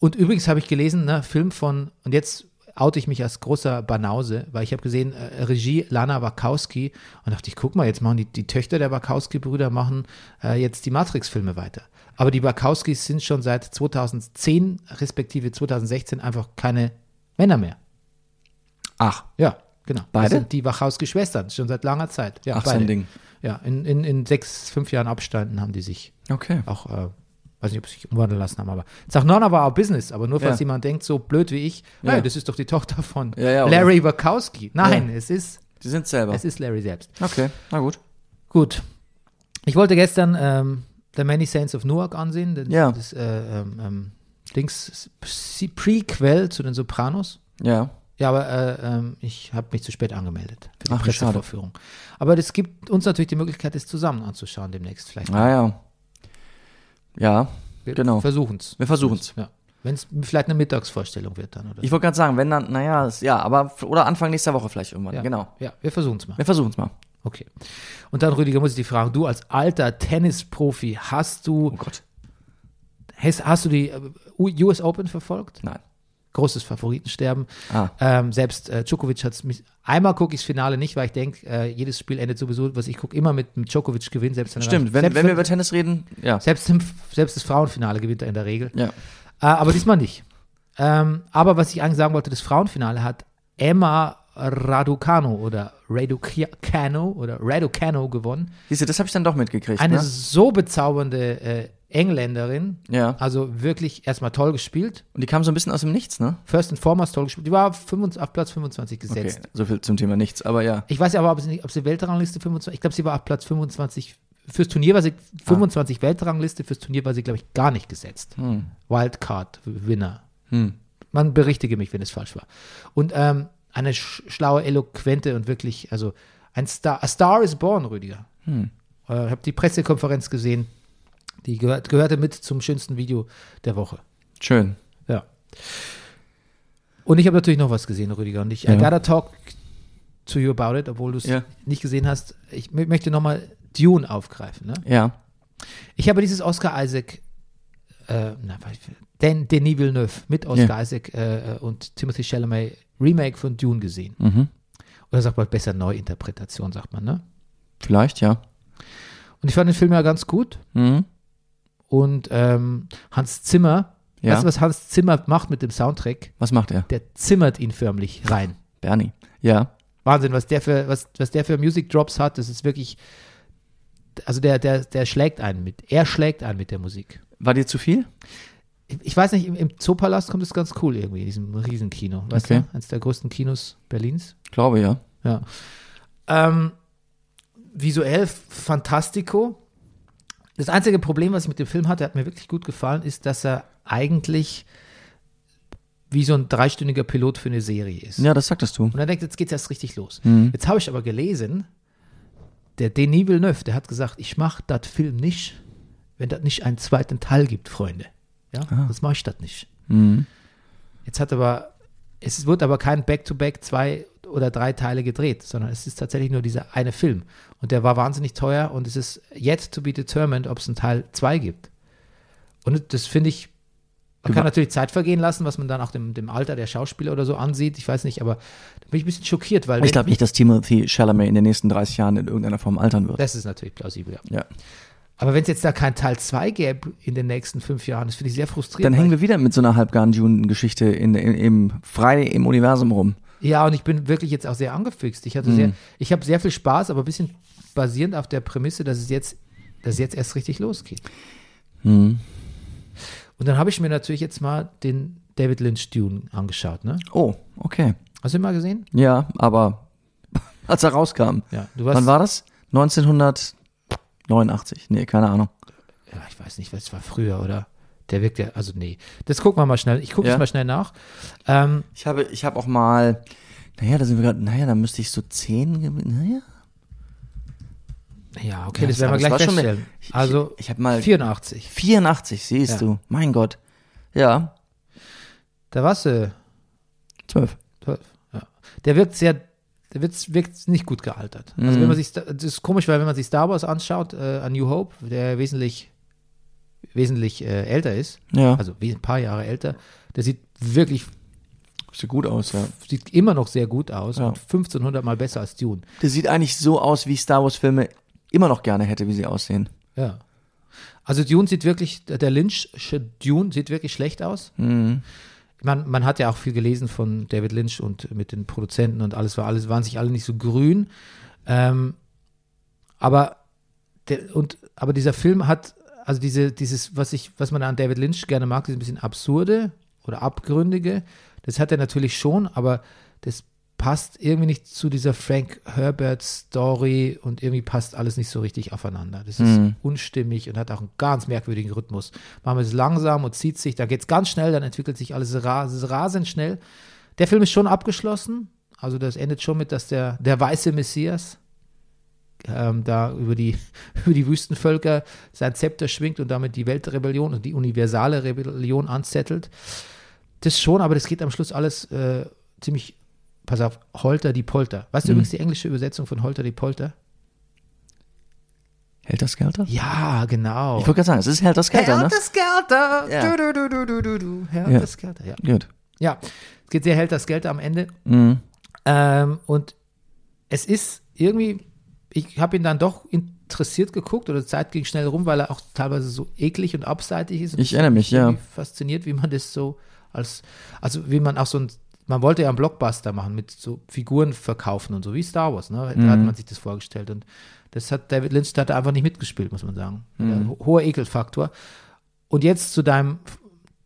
Speaker 1: Und übrigens habe ich gelesen, ne, Film von, und jetzt oute ich mich als großer Banause, weil ich habe gesehen, äh, Regie Lana Wachowski und dachte ich, guck mal, jetzt machen die, die Töchter der Wachowski-Brüder machen äh, jetzt die Matrix-Filme weiter. Aber die Wachowskis sind schon seit 2010 respektive 2016 einfach keine Männer mehr.
Speaker 2: Ach,
Speaker 1: Ja, genau. Das
Speaker 2: Beide?
Speaker 1: sind die Wachowski-Schwestern, schon seit langer Zeit. Ja,
Speaker 2: Ach, so ein Ding.
Speaker 1: Ja, in, in, in sechs, fünf Jahren Abständen haben die sich
Speaker 2: okay.
Speaker 1: auch, äh, weiß nicht, ob sie sich umwandeln lassen haben, aber Sag Nonna war auch Business, aber nur falls
Speaker 2: Ja.
Speaker 1: jemand denkt, so blöd wie ich,
Speaker 2: Ja.
Speaker 1: hey, das ist doch die Tochter von
Speaker 2: Ja, ja, oder-
Speaker 1: Larry Wachowski. Nein, es ist,
Speaker 2: Die sind selber.
Speaker 1: es ist Larry selbst.
Speaker 2: Okay, na gut.
Speaker 1: Gut. Ich wollte gestern ähm, The Many Saints of Newark ansehen, das,
Speaker 2: Ja.
Speaker 1: das äh, ähm, ähm, Dings Pre- Prequel zu den Sopranos.
Speaker 2: Ja.
Speaker 1: Ja, aber äh, ähm, ich habe mich zu spät angemeldet für die
Speaker 2: Ach, wie schade.
Speaker 1: Pressevorführung. Aber das gibt uns natürlich die Möglichkeit, es zusammen anzuschauen demnächst. Vielleicht
Speaker 2: Ah ja. Ja,
Speaker 1: wir
Speaker 2: genau.
Speaker 1: versuchen es.
Speaker 2: Wir versuchen's.
Speaker 1: Ja. Wenn es vielleicht eine Mittagsvorstellung wird dann oder so.
Speaker 2: Ich wollte gerade sagen, wenn dann, naja, ist, ja, aber f- oder Anfang nächster Woche vielleicht irgendwann.
Speaker 1: ja.
Speaker 2: Genau.
Speaker 1: Ja, wir versuchen es mal.
Speaker 2: Wir versuchen es mal.
Speaker 1: Okay. Und dann, Rüdiger, muss ich dich fragen, du als alter Tennisprofi, hast du,
Speaker 2: Oh Gott.
Speaker 1: hast, hast du die äh, U- US Open verfolgt?
Speaker 2: Nein.
Speaker 1: Großes Favoritensterben.
Speaker 2: Ah.
Speaker 1: Ähm, selbst äh, Djokovic hat es mich. Einmal gucke ich das Finale nicht, weil ich denke, äh, jedes Spiel endet sowieso, was ich gucke, immer mit, mit Djokovic gewinnt, selbst wenn er-
Speaker 2: Stimmt, wenn,
Speaker 1: selbst
Speaker 2: wenn wir über Tennis reden, ja.
Speaker 1: Selbst, im, selbst das Frauenfinale gewinnt er in der Regel.
Speaker 2: Ja.
Speaker 1: Äh, aber diesmal nicht. Ähm, aber was ich eigentlich sagen wollte, das Frauenfinale hat Emma Raducano oder Raducano oder Raducano gewonnen.
Speaker 2: Siehst du, das habe ich dann doch mitgekriegt.
Speaker 1: Eine
Speaker 2: Ne?
Speaker 1: so bezaubernde äh, Engländerin.
Speaker 2: Ja.
Speaker 1: Also wirklich erstmal toll gespielt.
Speaker 2: Und die kam so ein bisschen aus dem Nichts, ne?
Speaker 1: First and foremost toll gespielt. Die war auf, 25, auf Platz 25
Speaker 2: Okay,
Speaker 1: gesetzt.
Speaker 2: so viel zum Thema Nichts, aber ja.
Speaker 1: Ich weiß aber, ob sie, nicht- ob sie Weltrangliste 25, ich glaube, sie war auf Platz 25. Fürs Turnier war sie 25 Weltrangliste, fürs Turnier war sie, glaube ich, gar nicht gesetzt. Wildcard-Winner. Man berichtige mich, wenn es falsch war. Und ähm, eine sch schlaue, eloquente und wirklich, also ein Star, a Star is born, Rüdiger. Ich äh, habe die Pressekonferenz gesehen, die gehört, gehörte mit zum schönsten Video der Woche.
Speaker 2: Schön.
Speaker 1: Ja. Und ich habe natürlich noch was gesehen, Rüdiger. Und ich, I
Speaker 2: Ja.
Speaker 1: gotta talk to you about it, obwohl du es
Speaker 2: Ja.
Speaker 1: nicht gesehen hast. Ich mö- möchte nochmal Dune aufgreifen. Ne?
Speaker 2: Ja.
Speaker 1: Ich habe dieses Oscar Isaac, äh, na, was- Den, Denis Villeneuve mit Oscar Isaac äh, und Timothy Chalamet Remake von Dune gesehen.
Speaker 2: Mhm.
Speaker 1: Oder sagt man besser Neuinterpretation, sagt man, ne?
Speaker 2: Vielleicht, ja.
Speaker 1: Und ich fand den Film ja ganz gut.
Speaker 2: Mhm.
Speaker 1: Und ähm, Hans Zimmer,
Speaker 2: Ja.
Speaker 1: weißt du, was Hans Zimmer macht mit dem Soundtrack?
Speaker 2: Was macht er?
Speaker 1: Der zimmert ihn förmlich rein.
Speaker 2: Bernie. Ja.
Speaker 1: Wahnsinn, was der für, was, was der für Music Drops hat, das ist wirklich, also der, der, der schlägt einen mit, er schlägt einen mit der Musik.
Speaker 2: War dir zu viel?
Speaker 1: Ich, ich weiß nicht, im, im Zoopalast kommt es ganz cool irgendwie, in diesem Riesenkino, weißt
Speaker 2: Okay.
Speaker 1: du, eines der größten Kinos Berlins.
Speaker 2: Glaube, ja.
Speaker 1: Ja. Ähm, visuell fantastico. Das einzige Problem, was ich mit dem Film hatte, hat mir wirklich gut gefallen, ist, dass er eigentlich wie so ein dreistündiger Pilot für eine Serie ist.
Speaker 2: Ja, das sagtest du.
Speaker 1: Und dann denkt, jetzt geht's erst richtig los. Jetzt habe ich aber gelesen, der Denis Villeneuve, der hat gesagt, ich mache das Film nicht, wenn das nicht einen zweiten Teil gibt, Freunde. Ja, das mache ich das nicht.
Speaker 2: Mhm.
Speaker 1: Jetzt hat aber, es wird aber kein Back-to-Back zwei oder drei Teile gedreht, sondern es ist tatsächlich nur dieser eine Film. Und der war wahnsinnig teuer und es ist yet to be determined, ob es einen Teil zwei gibt. Und das finde ich, man kann
Speaker 2: Über-
Speaker 1: natürlich Zeit vergehen lassen, was man dann auch dem, dem Alter der Schauspieler oder so ansieht. Ich weiß nicht, aber da bin ich ein bisschen schockiert, weil
Speaker 2: Ich glaube nicht, dass Timothy Chalamet in den nächsten 30 Jahren in irgendeiner Form altern wird.
Speaker 1: das ist natürlich plausibel. Ja.
Speaker 2: Ja.
Speaker 1: Aber wenn es jetzt da keinen Teil zwei gäbe in den nächsten fünf Jahren, das finde ich sehr frustrierend.
Speaker 2: Dann hängen wir wieder mit so einer halbgaren Dune-Geschichte in, in, im frei im Universum rum. Mhm.
Speaker 1: Ja, und ich bin wirklich jetzt auch sehr angefixt. Ich hatte sehr, ich habe sehr viel Spaß, aber ein bisschen basierend auf der Prämisse, dass es jetzt, dass es jetzt erst richtig losgeht.
Speaker 2: Mhm.
Speaker 1: Und dann habe ich mir natürlich jetzt mal den David Lynch Dune angeschaut, ne?
Speaker 2: Oh, okay.
Speaker 1: Hast du ihn mal gesehen?
Speaker 2: Ja, aber als er rauskam.
Speaker 1: Ja, du warst.
Speaker 2: Wann war das? 1989. Nee, keine Ahnung.
Speaker 1: ja, ich weiß nicht, was war früher, oder? Der wirkt ja, also nee. Das gucken wir mal schnell. Ich gucke
Speaker 2: Ja.
Speaker 1: es mal schnell nach. Ähm,
Speaker 2: Ich habe, ich habe auch mal, naja, da sind wir gerade, naja, da müsste ich so 10, ge- naja.
Speaker 1: ja, okay,
Speaker 2: Ja,
Speaker 1: das werden wir
Speaker 2: aber es
Speaker 1: gleich
Speaker 2: war schon
Speaker 1: feststellen.
Speaker 2: eine- ich-
Speaker 1: also
Speaker 2: ich hab mal-
Speaker 1: 84.
Speaker 2: 84, siehst
Speaker 1: Ja.
Speaker 2: du. Mein Gott. Ja,
Speaker 1: Da warst du
Speaker 2: 12.
Speaker 1: 12. Ja. Der wirkt sehr, der wirkt, wirkt nicht gut gealtert.
Speaker 2: Mhm.
Speaker 1: Also wenn man sich, Sta- das ist komisch, weil wenn man sich Star Wars anschaut, äh, A New Hope, der wesentlich, wesentlich äh, älter ist,
Speaker 2: Ja.
Speaker 1: also wie ein paar Jahre älter, der sieht wirklich,
Speaker 2: sieht gut aus, ja.
Speaker 1: sieht immer noch sehr gut aus
Speaker 2: Ja.
Speaker 1: und 1500 mal besser als Dune.
Speaker 2: Der sieht eigentlich so aus, wie ich Star Wars Filme immer noch gerne hätte, wie sie aussehen.
Speaker 1: Ja. Also Dune sieht wirklich, der Lynch'sche Dune sieht wirklich schlecht aus.
Speaker 2: Hm. Mhm.
Speaker 1: Man, man hat ja auch viel gelesen von David Lynch und mit den Produzenten und alles war alles, waren sich alle nicht so grün. Ähm, aber, der, und, aber dieser Film hat, also diese, dieses, was ich, was man an David Lynch gerne mag, dieses bisschen absurde oder abgründige, das hat er natürlich schon, aber das passt irgendwie nicht zu dieser Frank Herbert Story und irgendwie passt alles nicht so richtig aufeinander. Das ist unstimmig und hat auch einen ganz merkwürdigen Rhythmus. Man es langsam und zieht sich, da geht es ganz schnell, dann entwickelt sich alles ras rasend schnell. Der Film ist schon abgeschlossen, also das endet schon mit, dass der, der weiße Messias ähm, da über die, über die Wüstenvölker sein Zepter schwingt und damit die Weltrebellion und die universale Rebellion anzettelt. Das schon, aber das geht am Schluss alles äh, ziemlich, pass auf, Holter die Polter. Weißt
Speaker 2: Mhm.
Speaker 1: du übrigens die englische Übersetzung von Holter die Polter?
Speaker 2: Helter Skelter?
Speaker 1: Ja, genau.
Speaker 2: Ich wollte gerade sagen, es ist Helter Skelter, ne?
Speaker 1: Skelter.
Speaker 2: Ja.
Speaker 1: Du, du, du, du, du, du, du. Helter
Speaker 2: Ja.
Speaker 1: Skelter, ja.
Speaker 2: Gut.
Speaker 1: Ja, es geht sehr Helter Skelter am Ende.
Speaker 2: Mhm.
Speaker 1: Ähm, und es ist irgendwie, ich habe ihn dann doch interessiert geguckt oder die Zeit ging schnell rum, weil er auch teilweise so eklig und abseitig ist. Und
Speaker 2: Ich erinnere mich, ja.
Speaker 1: irgendwie fasziniert, wie man das so als, also wie man auch so ein, man wollte ja einen Blockbuster machen mit so Figuren verkaufen und so, wie Star Wars, ne?
Speaker 2: Mhm.
Speaker 1: Da hat man sich das vorgestellt und das hat David Lynch, da hat er einfach nicht mitgespielt, muss man sagen.
Speaker 2: Mhm.
Speaker 1: Ja, hoher Ekelfaktor. Und jetzt zu deinem,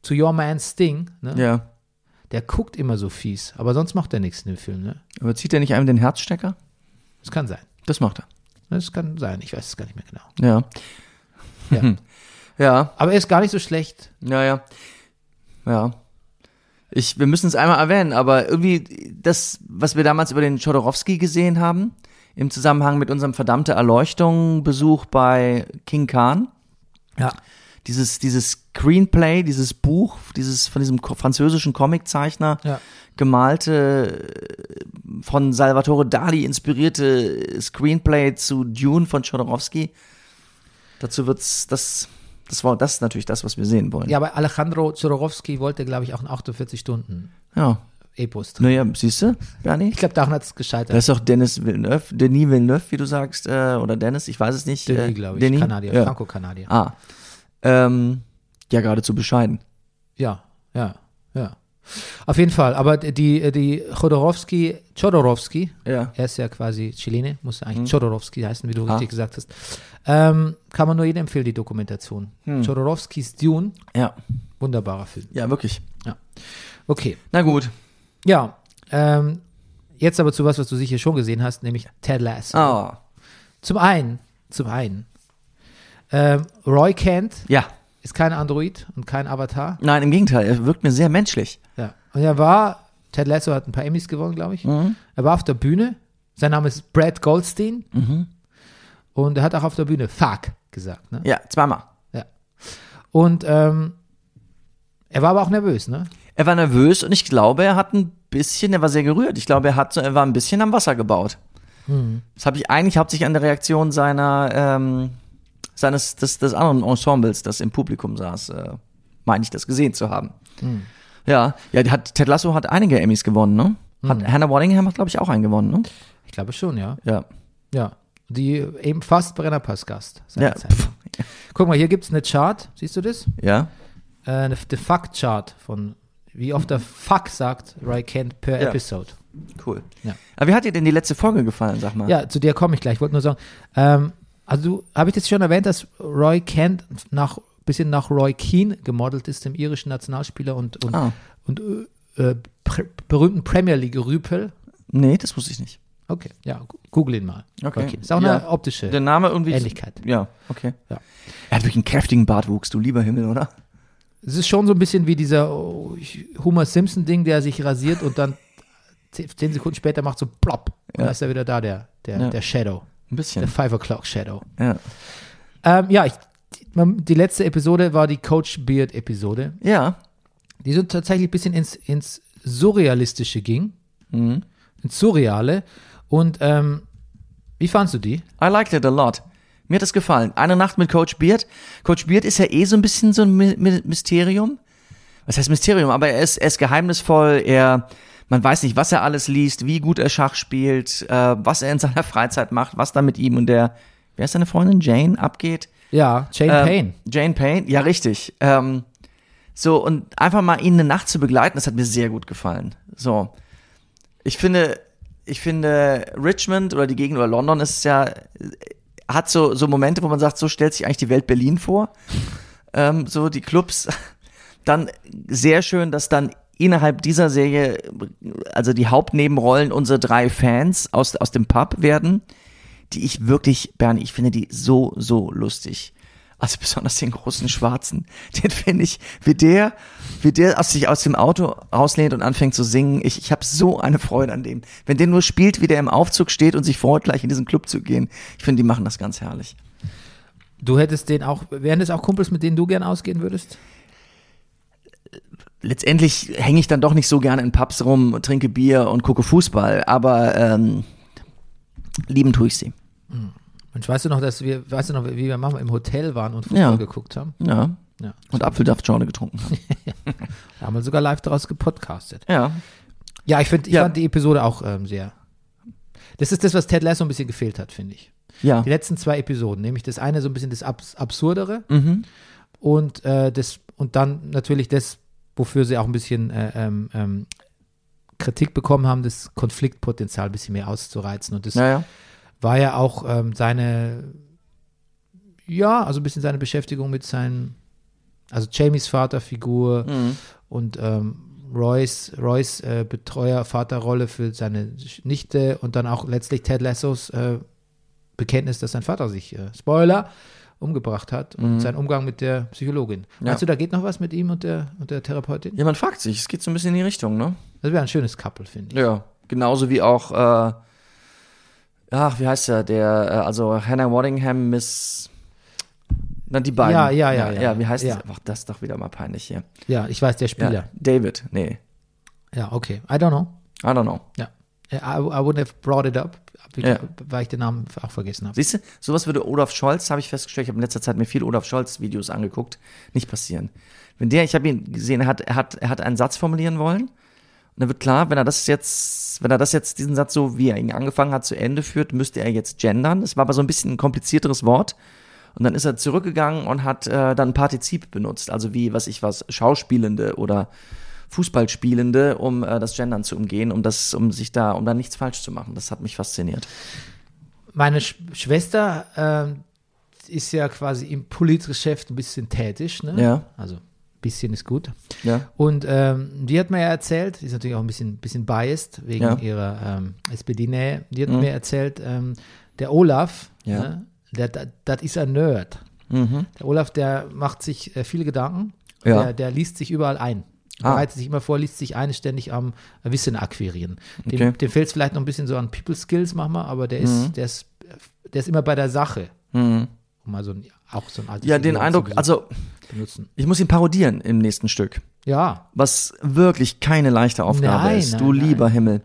Speaker 1: zu Your Man Sting, ne?
Speaker 2: Ja.
Speaker 1: Der guckt immer so fies, aber sonst macht er nichts in dem Film, ne?
Speaker 2: Aber zieht er nicht einem den Herzstecker?
Speaker 1: Das kann sein.
Speaker 2: Das macht er.
Speaker 1: Das kann sein, ich weiß es gar nicht mehr genau.
Speaker 2: Ja. Hm.
Speaker 1: Ja.
Speaker 2: Ja.
Speaker 1: Aber er ist gar nicht so schlecht.
Speaker 2: Ja, ja. Ja. Ich, wir müssen es einmal erwähnen, aber irgendwie das, was wir damals über den Chodorowski gesehen haben, im Zusammenhang mit unserem verdammte Erleuchtung-Besuch bei King Khan,
Speaker 1: Ja.
Speaker 2: dieses, dieses Screenplay, dieses Buch, dieses von diesem ko- französischen Comiczeichner
Speaker 1: Ja.
Speaker 2: gemalte, äh, von Salvatore Dali inspirierte Screenplay zu Dune von Chodorowski. Dazu wird's, das, das war das ist natürlich das, was wir sehen wollen.
Speaker 1: Ja, aber Alejandro Zorowski wollte, glaube ich, auch einen 48-Stunden-Epos
Speaker 2: ja.
Speaker 1: drehen.
Speaker 2: Naja, siehst du, Bernie?
Speaker 1: Ich glaube, daran hat es
Speaker 2: Da
Speaker 1: gescheitert.
Speaker 2: ist doch Dennis Villeneuve, Denis Villeneuve, wie du sagst, äh, oder Dennis, ich weiß es nicht. äh,
Speaker 1: Denis, glaube ich,
Speaker 2: Denis?
Speaker 1: Kanadier,
Speaker 2: ja.
Speaker 1: Franco-Kanadier.
Speaker 2: Ah. Ähm, ja, geradezu bescheiden.
Speaker 1: Ja, ja, ja. Auf jeden Fall, aber die, äh, die Chodorowski, Chodorowski,
Speaker 2: Ja.
Speaker 1: er ist ja quasi Chilene, muss eigentlich Chodorowski heißen, wie du
Speaker 2: Ah.
Speaker 1: richtig gesagt hast, ähm, kann man nur jedem empfehlen, die Dokumentation. Chodorowskis Dune,
Speaker 2: Ja,
Speaker 1: wunderbarer Film.
Speaker 2: ja, wirklich.
Speaker 1: Okay,
Speaker 2: Na gut.
Speaker 1: ja, ähm, jetzt aber zu was, was du sicher schon gesehen hast, nämlich Ted Lasso.
Speaker 2: Ah.
Speaker 1: Zum einen, zum einen, ähm, Roy Kent
Speaker 2: Ja.
Speaker 1: ist kein Android und kein Avatar.
Speaker 2: Nein, im Gegenteil, er wirkt mir sehr menschlich.
Speaker 1: Ja. Und er war, Ted Lasso hat ein paar Emmys gewonnen, glaube ich. Er war auf der Bühne. Sein Name ist Brad Goldstein. Und er hat auch auf der Bühne Fuck gesagt. Ne?
Speaker 2: Ja, zweimal.
Speaker 1: Ja. Und ähm, er war aber auch nervös, ne?
Speaker 2: Er war nervös und ich glaube, er hat ein bisschen, er war sehr gerührt. Ich glaube, er hat so, er war ein bisschen am Wasser gebaut.
Speaker 1: Hm.
Speaker 2: Das habe ich eigentlich hauptsächlich an der Reaktion seiner, ähm, seines, des, des anderen Ensembles, das im Publikum saß, äh, meine ich, das gesehen zu haben.
Speaker 1: Hm.
Speaker 2: Ja, ja, die hat, Ted Lasso hat einige Emmys gewonnen, ne?
Speaker 1: Hm.
Speaker 2: Hat, Hannah Waddingham hat, glaube ich, auch einen gewonnen, ne?
Speaker 1: Ich glaube schon, ja.
Speaker 2: Ja.
Speaker 1: Ja. Die eben fast Brennerpass-Gast.
Speaker 2: Ja.
Speaker 1: seinerzeit. Guck mal, hier gibt es eine Chart. Siehst du das?
Speaker 2: Ja.
Speaker 1: Äh, eine, eine Fact-Chart von wie oft der Fuck sagt Roy Kent per
Speaker 2: Ja.
Speaker 1: Episode.
Speaker 2: Cool.
Speaker 1: Ja.
Speaker 2: Aber wie hat dir denn die letzte Folge gefallen, sag mal?
Speaker 1: Ja, zu dir komme ich gleich. Ich wollte nur sagen, ähm, also du, habe ich das schon erwähnt, dass Roy Kent nach bisschen nach Roy Keane gemodelt ist, dem irischen Nationalspieler und, und,
Speaker 2: Ah,
Speaker 1: und äh, äh, pr berühmten Premier League Rüpel.
Speaker 2: nee, das wusste ich nicht.
Speaker 1: Okay, ja, gu- google ihn mal.
Speaker 2: Okay.
Speaker 1: Ist auch eine
Speaker 2: Ja.
Speaker 1: optische
Speaker 2: Der Name irgendwie.
Speaker 1: Ähnlichkeit.
Speaker 2: Ja, okay.
Speaker 1: Ja.
Speaker 2: Er hat wirklich einen kräftigen Bartwuchs, du lieber Himmel, oder?
Speaker 1: Es ist schon so ein bisschen wie dieser oh, ich- Homer Simpson-Ding, der sich rasiert und dann zehn, zehn Sekunden später macht so plopp. Und
Speaker 2: Ja.
Speaker 1: dann ist er wieder da, der, der,
Speaker 2: Ja.
Speaker 1: der Shadow,
Speaker 2: Ein
Speaker 1: der
Speaker 2: bisschen.
Speaker 1: Five O'Clock Shadow.
Speaker 2: Ja.
Speaker 1: Ähm, ja, ich, die, man- die letzte Episode war die Coach Beard-Episode,
Speaker 2: ja.
Speaker 1: die so tatsächlich ein bisschen ins, ins Surrealistische ging,
Speaker 2: Mhm.
Speaker 1: ins Surreale. Und ähm, wie fandst du die?
Speaker 2: I liked it a lot. Mir hat es gefallen. Eine Nacht mit Coach Beard. Coach Beard ist ja eh so ein bisschen so ein Mi- Mi- Mysterium. Was heißt Mysterium? Aber er ist, er ist geheimnisvoll. Er, man weiß nicht, was er alles liest, wie gut er Schach spielt, äh, was er in seiner Freizeit macht, was da mit ihm und der, wer ist seine Freundin? Jane abgeht.
Speaker 1: Ja, Jane
Speaker 2: Ähm,
Speaker 1: Payne.
Speaker 2: Jane Payne, ja, richtig. Ähm, so, und einfach mal ihn eine Nacht zu begleiten, das hat mir sehr gut gefallen. So. Ich finde, ich finde, Richmond oder die Gegend oder London ist ja, hat so, so Momente, wo man sagt, so stellt sich eigentlich die Welt Berlin vor. Ähm, so die Clubs. Dann sehr schön, dass dann innerhalb dieser Serie, also die Hauptnebenrollen unsere drei Fans aus, aus dem Pub werden die ich wirklich, Bernie, ich finde die so, so lustig. Also besonders den großen Schwarzen. Den finde ich, wie der, wie der aus sich aus dem Auto rauslehnt und anfängt zu singen. Ich, ich habe so eine Freude an dem. Wenn der nur spielt, wie der im Aufzug steht und sich freut, gleich in diesen Club zu gehen. Ich finde, die machen das ganz herrlich.
Speaker 1: Du hättest den auch, wären das auch Kumpels, mit denen du gern ausgehen würdest?
Speaker 2: Letztendlich hänge ich dann doch nicht so gerne in Pubs rum, trinke Bier und gucke Fußball, aber ähm, lieben tue ich sie.
Speaker 1: Mensch, weißt du noch, dass wir, weißt du noch, wie wir manchmal im Hotel waren und Fußball
Speaker 2: Ja.
Speaker 1: geguckt haben?
Speaker 2: Ja.
Speaker 1: Ja.
Speaker 2: Und Apfelsaftschorle getrunken. haben.
Speaker 1: Da haben wir sogar live daraus gepodcastet.
Speaker 2: Ja.
Speaker 1: Ja, ich, find, ich
Speaker 2: Ja.
Speaker 1: fand die Episode auch ähm, sehr. Das ist das, was Ted Lasso ein bisschen gefehlt hat, finde ich.
Speaker 2: Ja.
Speaker 1: Die letzten zwei Episoden, nämlich das eine so ein bisschen das Abs Absurdere
Speaker 2: Mhm.
Speaker 1: und, äh, das, und dann natürlich das, wofür sie auch ein bisschen äh, ähm, ähm, Kritik bekommen haben, das Konfliktpotenzial ein bisschen mehr auszureizen. Und das
Speaker 2: Naja.
Speaker 1: war ja auch ähm, seine, ja, also ein bisschen seine Beschäftigung mit seinem, also Jamies Vaterfigur
Speaker 2: Mhm.
Speaker 1: und ähm, Royce, Royce äh, Betreuer, Vaterrolle für seine Nichte und dann auch letztlich Ted Lassos äh, Bekenntnis, dass sein Vater sich, äh, Spoiler, umgebracht hat und sein Umgang mit der Psychologin.
Speaker 2: Mhm. Ja.
Speaker 1: Meinst du, da geht noch was mit ihm und der, und der Therapeutin?
Speaker 2: Ja, man fragt sich. Es geht so ein bisschen in die Richtung, ne?
Speaker 1: Das wäre ein schönes Couple, finde ich.
Speaker 2: Ja, genauso wie auch, äh, ach, wie heißt der, der, äh, also Hannah Waddingham, Miss, na, die beiden.
Speaker 1: Ja, ja, ja,
Speaker 2: Ja,
Speaker 1: ja.
Speaker 2: wie heißt
Speaker 1: Ja.
Speaker 2: das? Ach, das ist doch wieder mal peinlich hier.
Speaker 1: Ja, ich weiß, der
Speaker 2: Ja,
Speaker 1: Spieler.
Speaker 2: David, nee,
Speaker 1: ja okay. I don't know.
Speaker 2: I don't know.
Speaker 1: Ja. Äh, I, I wouldn't have brought it up, hab ich-
Speaker 2: Ja.
Speaker 1: weil ich den Namen auch vergessen habe.
Speaker 2: Siehst du, sowas würde Olaf Scholz, habe ich festgestellt, ich habe in letzter Zeit mir viel Olaf Scholz-Videos angeguckt, nicht passieren. Wenn der, ich habe ihn gesehen, er hat, er, hat, er hat einen Satz formulieren wollen. Und dann wird klar, wenn er das jetzt, wenn er das jetzt, diesen Satz so, wie er ihn angefangen hat, zu Ende führt, müsste er jetzt gendern. Es war aber so ein bisschen ein komplizierteres Wort. Und dann ist er zurückgegangen und hat äh, dann Partizip benutzt, also wie, was ich was, Schauspielende oder Fußballspielende, um äh, das Gendern zu umgehen, um das, um sich da, um da nichts falsch zu machen. Das hat mich fasziniert.
Speaker 1: Meine Sch Schwester ähm, ist ja quasi im Politgeschäft ein bisschen tätig. Ne?
Speaker 2: Ja.
Speaker 1: Also ein bisschen ist gut.
Speaker 2: Ja.
Speaker 1: Und ähm, die hat mir ja erzählt, die ist natürlich auch ein bisschen, bisschen biased wegen
Speaker 2: Ja. Mhm.
Speaker 1: ihrer ähm, SPD-Nähe, die hat mir erzählt, ähm, der Olaf,
Speaker 2: Ja.
Speaker 1: ne, der- der- das ist ein Nerd.
Speaker 2: Mhm.
Speaker 1: Der Olaf, der macht sich äh, viele Gedanken.
Speaker 2: Ja.
Speaker 1: Der, der liest sich überall ein.
Speaker 2: Ah.
Speaker 1: Bereitet sich immer vor, liest sich ein, ist ständig am Wissen akquirieren. Dem,
Speaker 2: Okay. Mhm.
Speaker 1: dem fehlt es vielleicht noch ein bisschen so an People Skills, manchmal, aber der ist, der ist, der ist immer bei der Sache. Um mal so ein, auch so ein altes
Speaker 2: Ja, den
Speaker 1: Idiom zu
Speaker 2: Eindruck,
Speaker 1: bes-
Speaker 2: also
Speaker 1: benutzen.
Speaker 2: ich muss ihn parodieren im nächsten Stück,
Speaker 1: Ja,
Speaker 2: was wirklich keine leichte Aufgabe
Speaker 1: Nein,
Speaker 2: ist,
Speaker 1: nein,
Speaker 2: du
Speaker 1: nein.
Speaker 2: lieber Himmel.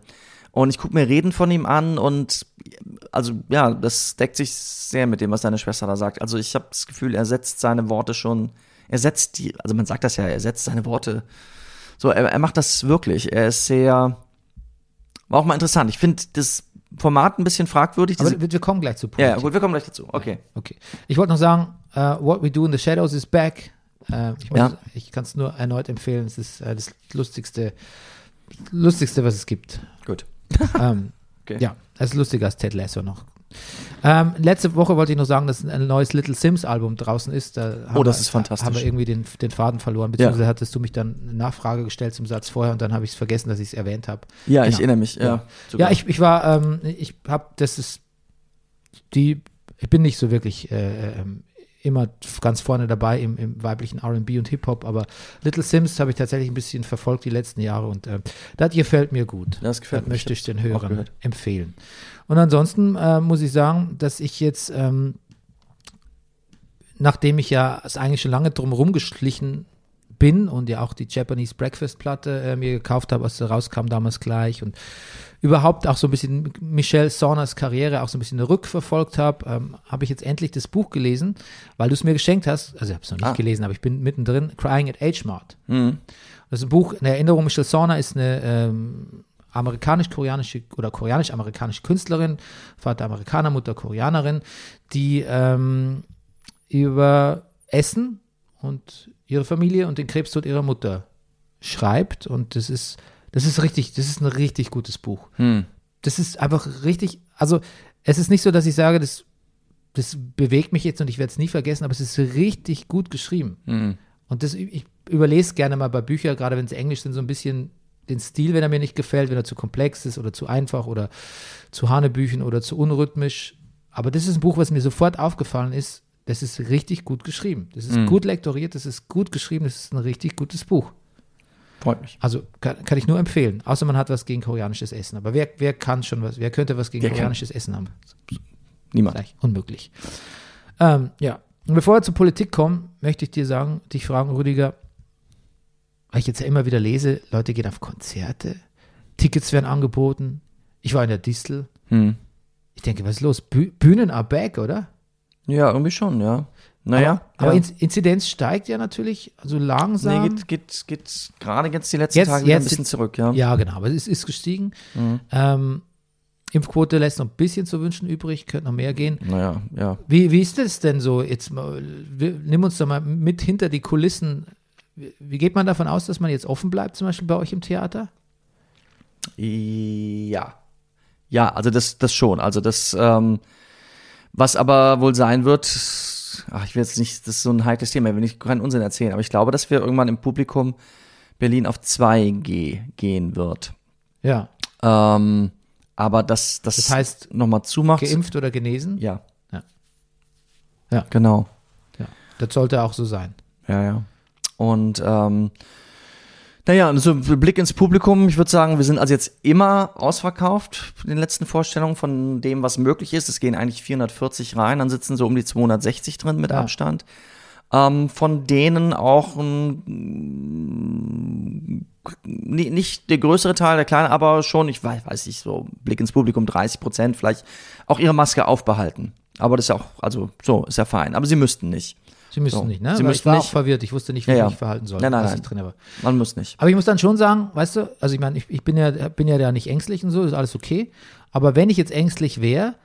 Speaker 2: Und ich gucke mir Reden von ihm an und also ja, das deckt sich sehr mit dem, was deine Schwester da sagt. Also ich habe das Gefühl, er setzt seine Worte schon, er setzt die, also man sagt das ja, er setzt seine Worte. So, er, er macht das wirklich. Er ist sehr, war auch mal interessant. Ich finde das Format ein bisschen fragwürdig.
Speaker 1: aber
Speaker 2: Diese,
Speaker 1: wir, wir kommen gleich zu
Speaker 2: ja, ja,
Speaker 1: Politik.
Speaker 2: gut, wir kommen gleich dazu. Okay.
Speaker 1: Okay. Ich wollte noch sagen, äh, What We Do in the Shadows is back. Äh, ich
Speaker 2: Ja.
Speaker 1: ich kann es nur erneut empfehlen. Es ist äh, das lustigste, lustigste, was es gibt.
Speaker 2: Gut.
Speaker 1: ähm,
Speaker 2: Okay.
Speaker 1: Ja, es ist lustiger als Ted Lasso noch. Ähm, letzte Woche wollte ich noch sagen, dass ein neues Little Sims Album draußen ist. Da haben
Speaker 2: Oh, das
Speaker 1: wir,
Speaker 2: ist fantastisch.
Speaker 1: Haben wir irgendwie den, den Faden verloren, beziehungsweise hattest du mich dann eine Nachfrage gestellt zum Satz vorher und dann habe ich es vergessen, dass ich es erwähnt habe.
Speaker 2: Ja, ich
Speaker 1: Genau.
Speaker 2: erinnere mich. Ja,
Speaker 1: Ja.
Speaker 2: sogar.
Speaker 1: Ja, ich, ich war, ähm, ich habe, das ist die, ich bin nicht so wirklich äh, ähm, immer f- ganz vorne dabei im, im weiblichen RB und Hip-Hop, aber Little Sims habe ich tatsächlich ein bisschen verfolgt die letzten Jahre und äh, das gefällt mir gut.
Speaker 2: Das gefällt mir.
Speaker 1: möchte
Speaker 2: Ich
Speaker 1: ich den
Speaker 2: hab's auch
Speaker 1: Hörern
Speaker 2: gehört.
Speaker 1: empfehlen. Und ansonsten äh, muss ich sagen, dass ich jetzt, ähm, nachdem ich ja es eigentlich schon lange drum rumgeschlichen bin und ja auch die Japanese Breakfast Platte äh, mir gekauft habe, als sie rauskam damals gleich und überhaupt auch so ein bisschen Michelle Saunders Karriere auch so ein bisschen rückverfolgt habe, ähm, habe ich jetzt endlich das Buch gelesen, weil du es mir geschenkt hast. Also ich habe es noch nicht
Speaker 2: Ah.
Speaker 1: gelesen, aber ich bin mittendrin. Crying at H Mart.
Speaker 2: Mhm.
Speaker 1: Das ist ein Buch, eine Erinnerung, Michelle Sauna ist eine ähm, amerikanisch-koreanische oder koreanisch-amerikanische Künstlerin, Vater Amerikaner, Mutter Koreanerin, die ähm, über Essen und ihre Familie und den Krebstod ihrer Mutter schreibt. Und das ist, das ist richtig, das ist ein richtig gutes Buch
Speaker 2: Hm.
Speaker 1: das ist einfach richtig, also es ist nicht so, dass ich sage, das, das bewegt mich jetzt und ich werde es nie vergessen, aber es ist richtig gut geschrieben. Und das, ich überlese gerne mal bei Büchern, gerade wenn es Englisch sind, so ein bisschen den Stil, wenn er mir nicht gefällt, wenn er zu komplex ist oder zu einfach oder zu hanebüchen oder zu unrhythmisch. Aber das ist ein Buch, was mir sofort aufgefallen ist. Das ist richtig gut geschrieben. Das ist
Speaker 2: Mhm.
Speaker 1: gut lektoriert, das ist gut geschrieben, das ist ein richtig gutes Buch.
Speaker 2: Freut mich.
Speaker 1: Also kann, kann ich nur empfehlen. Außer man hat was gegen koreanisches Essen. Aber wer, wer kann schon was? Wer könnte was gegen
Speaker 2: Wer kann?
Speaker 1: koreanisches Essen haben?
Speaker 2: Niemand.
Speaker 1: Gleich unmöglich. Ähm, ja. Und bevor wir zur Politik kommen, möchte ich dir sagen, dich fragen, Rüdiger, weil ich jetzt ja immer wieder lese, Leute gehen auf Konzerte, Tickets werden angeboten. Ich war in der Distel.
Speaker 2: Hm.
Speaker 1: Ich denke, was ist los? Bü Bühnen are back, oder?
Speaker 2: Ja, irgendwie schon, ja. Naja.
Speaker 1: Aber
Speaker 2: ja.
Speaker 1: Inz- Inzidenz steigt ja natürlich, also langsam.
Speaker 2: Nee, geht, geht, geht gerade jetzt die letzten
Speaker 1: Jetzt-
Speaker 2: Tage wieder ein
Speaker 1: jetzt-
Speaker 2: bisschen zurück, ja. Hm.
Speaker 1: Ja, genau, aber es ist gestiegen. Ähm, Impfquote lässt noch ein bisschen zu wünschen übrig, könnte noch mehr gehen.
Speaker 2: Naja, ja.
Speaker 1: Wie, wie ist es denn so? Jetzt mal, wir, nimm uns doch mal mit hinter die Kulissen. Wie wie geht man davon aus, dass man jetzt offen bleibt, zum Beispiel bei euch im Theater?
Speaker 2: Ja. Ja, also das, das schon. Also das, ähm, was aber wohl sein wird, ach, ich will jetzt nicht, das ist so ein heikles Thema, ich will nicht keinen Unsinn erzählen, aber ich glaube, dass wir irgendwann im Publikum Berlin auf 2G gehen wird.
Speaker 1: Ja.
Speaker 2: Ähm, aber das, das,
Speaker 1: Das heißt,
Speaker 2: nochmal zumacht.
Speaker 1: Geimpft oder genesen?
Speaker 2: Ja.
Speaker 1: Ja. Ja.
Speaker 2: Genau.
Speaker 1: Ja. Das sollte auch so sein.
Speaker 2: Ja, ja. Und ähm, naja, und so ein Blick ins Publikum. Ich würde sagen, wir sind also jetzt immer ausverkauft in den letzten Vorstellungen von dem, was möglich ist. Es gehen eigentlich 440 rein, dann sitzen so um die 260 drin mit
Speaker 1: Ja.
Speaker 2: Abstand. Ähm, von denen auch ein, ni- nicht der größere Teil, der kleine, aber schon, ich weiß, weiß nicht, so Blick ins Publikum, 30 Prozent vielleicht auch ihre Maske aufbehalten. Aber das ist ja auch, also so, ist ja fein. Aber sie müssten nicht.
Speaker 1: Sie müssen
Speaker 2: So.
Speaker 1: nicht, ne?
Speaker 2: Sie
Speaker 1: Weil ich
Speaker 2: müssen
Speaker 1: war auch
Speaker 2: nicht.
Speaker 1: verwirrt. Ich wusste nicht, wie
Speaker 2: Ja,
Speaker 1: ich
Speaker 2: ja.
Speaker 1: mich verhalten soll.
Speaker 2: Nein, nein,
Speaker 1: als
Speaker 2: nein.
Speaker 1: Ich drin war.
Speaker 2: Man muss nicht.
Speaker 1: Aber ich muss dann schon sagen, weißt du, also ich meine, ich, ich bin ja, bin ja da nicht ängstlich und so, ist alles okay. Aber wenn ich jetzt ängstlich wäre,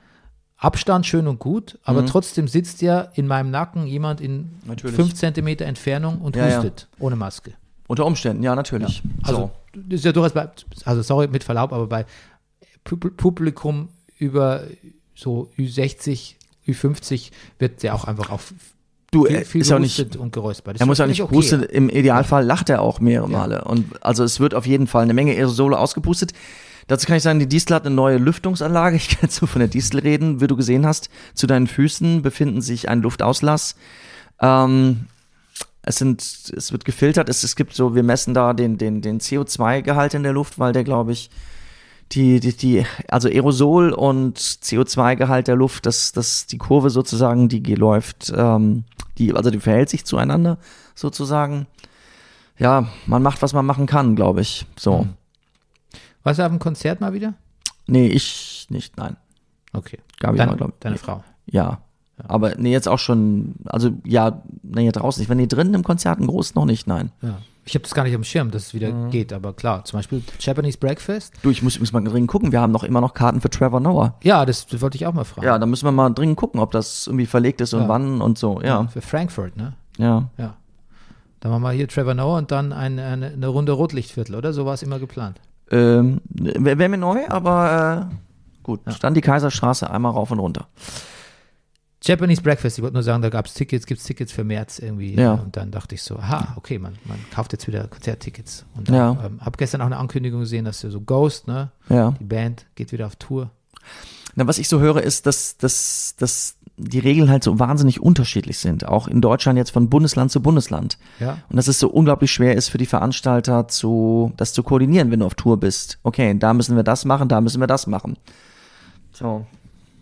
Speaker 1: Abstand schön und gut, aber trotzdem sitzt ja in meinem Nacken jemand in
Speaker 2: Mhm. Natürlich.
Speaker 1: fünf Zentimeter Entfernung und
Speaker 2: Ja, ja.
Speaker 1: hustet ohne Maske.
Speaker 2: Unter Umständen, ja, natürlich.
Speaker 1: Also das ist ja durchaus bei, also sorry mit Verlaub, aber bei Pub- Publikum über so Ü60, Ü50 wird ja auch einfach auf
Speaker 2: du,
Speaker 1: viel,
Speaker 2: er
Speaker 1: viel
Speaker 2: Äh, ist auch nicht,
Speaker 1: gehustet und geräuspert. Das
Speaker 2: er muss auch
Speaker 1: finde
Speaker 2: nicht
Speaker 1: ich
Speaker 2: pusten. Im Idealfall lacht er auch mehrere
Speaker 1: Ja.
Speaker 2: Male. Und also es wird auf jeden Fall eine Menge Aerosole ausgepustet. Dazu kann ich sagen, die Distel hat eine neue Lüftungsanlage. Ich kann jetzt nur von der Distel reden. Wie du gesehen hast, zu deinen Füßen befinden sich ein Luftauslass. Ähm, es sind, es wird gefiltert. Es, es gibt so, wir messen da den, den, den CO2-Gehalt in der Luft, weil der, glaube ich, die, die, die, also Aerosol und CO2-Gehalt der Luft, dass, dass die Kurve sozusagen, die ge- läuft, ähm, die, also die verhält sich zueinander sozusagen. Ja, man macht, was man machen kann, glaube ich. So.
Speaker 1: Warst du auf dem Konzert mal wieder?
Speaker 2: Nee, ich nicht, nein.
Speaker 1: Okay.
Speaker 2: Gabi
Speaker 1: Deine,
Speaker 2: war, glaube
Speaker 1: deine
Speaker 2: ich.
Speaker 1: Frau.
Speaker 2: Ja. Aber nee, jetzt auch schon, also ja, nee, hier draußen nicht. Wenn die drinnen im Konzert ein groß noch nicht, nein.
Speaker 1: Ja. Ich habe das gar nicht am Schirm, dass es wieder
Speaker 2: Mhm.
Speaker 1: geht, aber klar, zum Beispiel Japanese Breakfast.
Speaker 2: Du, ich muss übrigens mal dringend gucken. Wir haben noch immer noch Karten für Trevor Noah.
Speaker 1: Ja, das, das wollte ich auch mal fragen.
Speaker 2: Ja, da müssen wir mal dringend gucken, ob das irgendwie verlegt ist und
Speaker 1: Ja.
Speaker 2: wann und so. Ja,
Speaker 1: Für Frankfurt, ne?
Speaker 2: ja.
Speaker 1: Ja. Dann machen wir hier Trevor Noah und dann eine, eine, eine Runde Rotlichtviertel, oder? So war es immer geplant.
Speaker 2: Ähm, Wäre wär mir neu, aber äh, gut. Dann die Kaiserstraße einmal rauf und runter.
Speaker 1: Japanese Breakfast, ich wollte nur sagen, da gab es Tickets, gibt es Tickets für März irgendwie.
Speaker 2: Ja.
Speaker 1: Und dann dachte ich so, aha, okay, man, man kauft jetzt wieder Konzerttickets. Und dann,
Speaker 2: Ja.
Speaker 1: ähm, habe gestern auch eine Ankündigung gesehen, dass so Ghost, ne?
Speaker 2: Ja.
Speaker 1: Die Band geht wieder auf Tour.
Speaker 2: Na, was ich so höre, ist, dass, dass, dass die Regeln halt so wahnsinnig unterschiedlich sind. Auch in Deutschland jetzt von Bundesland zu Bundesland.
Speaker 1: Ja.
Speaker 2: Und dass es so unglaublich schwer ist für die Veranstalter, zu, das zu koordinieren, wenn du auf Tour bist. Okay, da müssen wir das machen, da müssen wir das machen. So.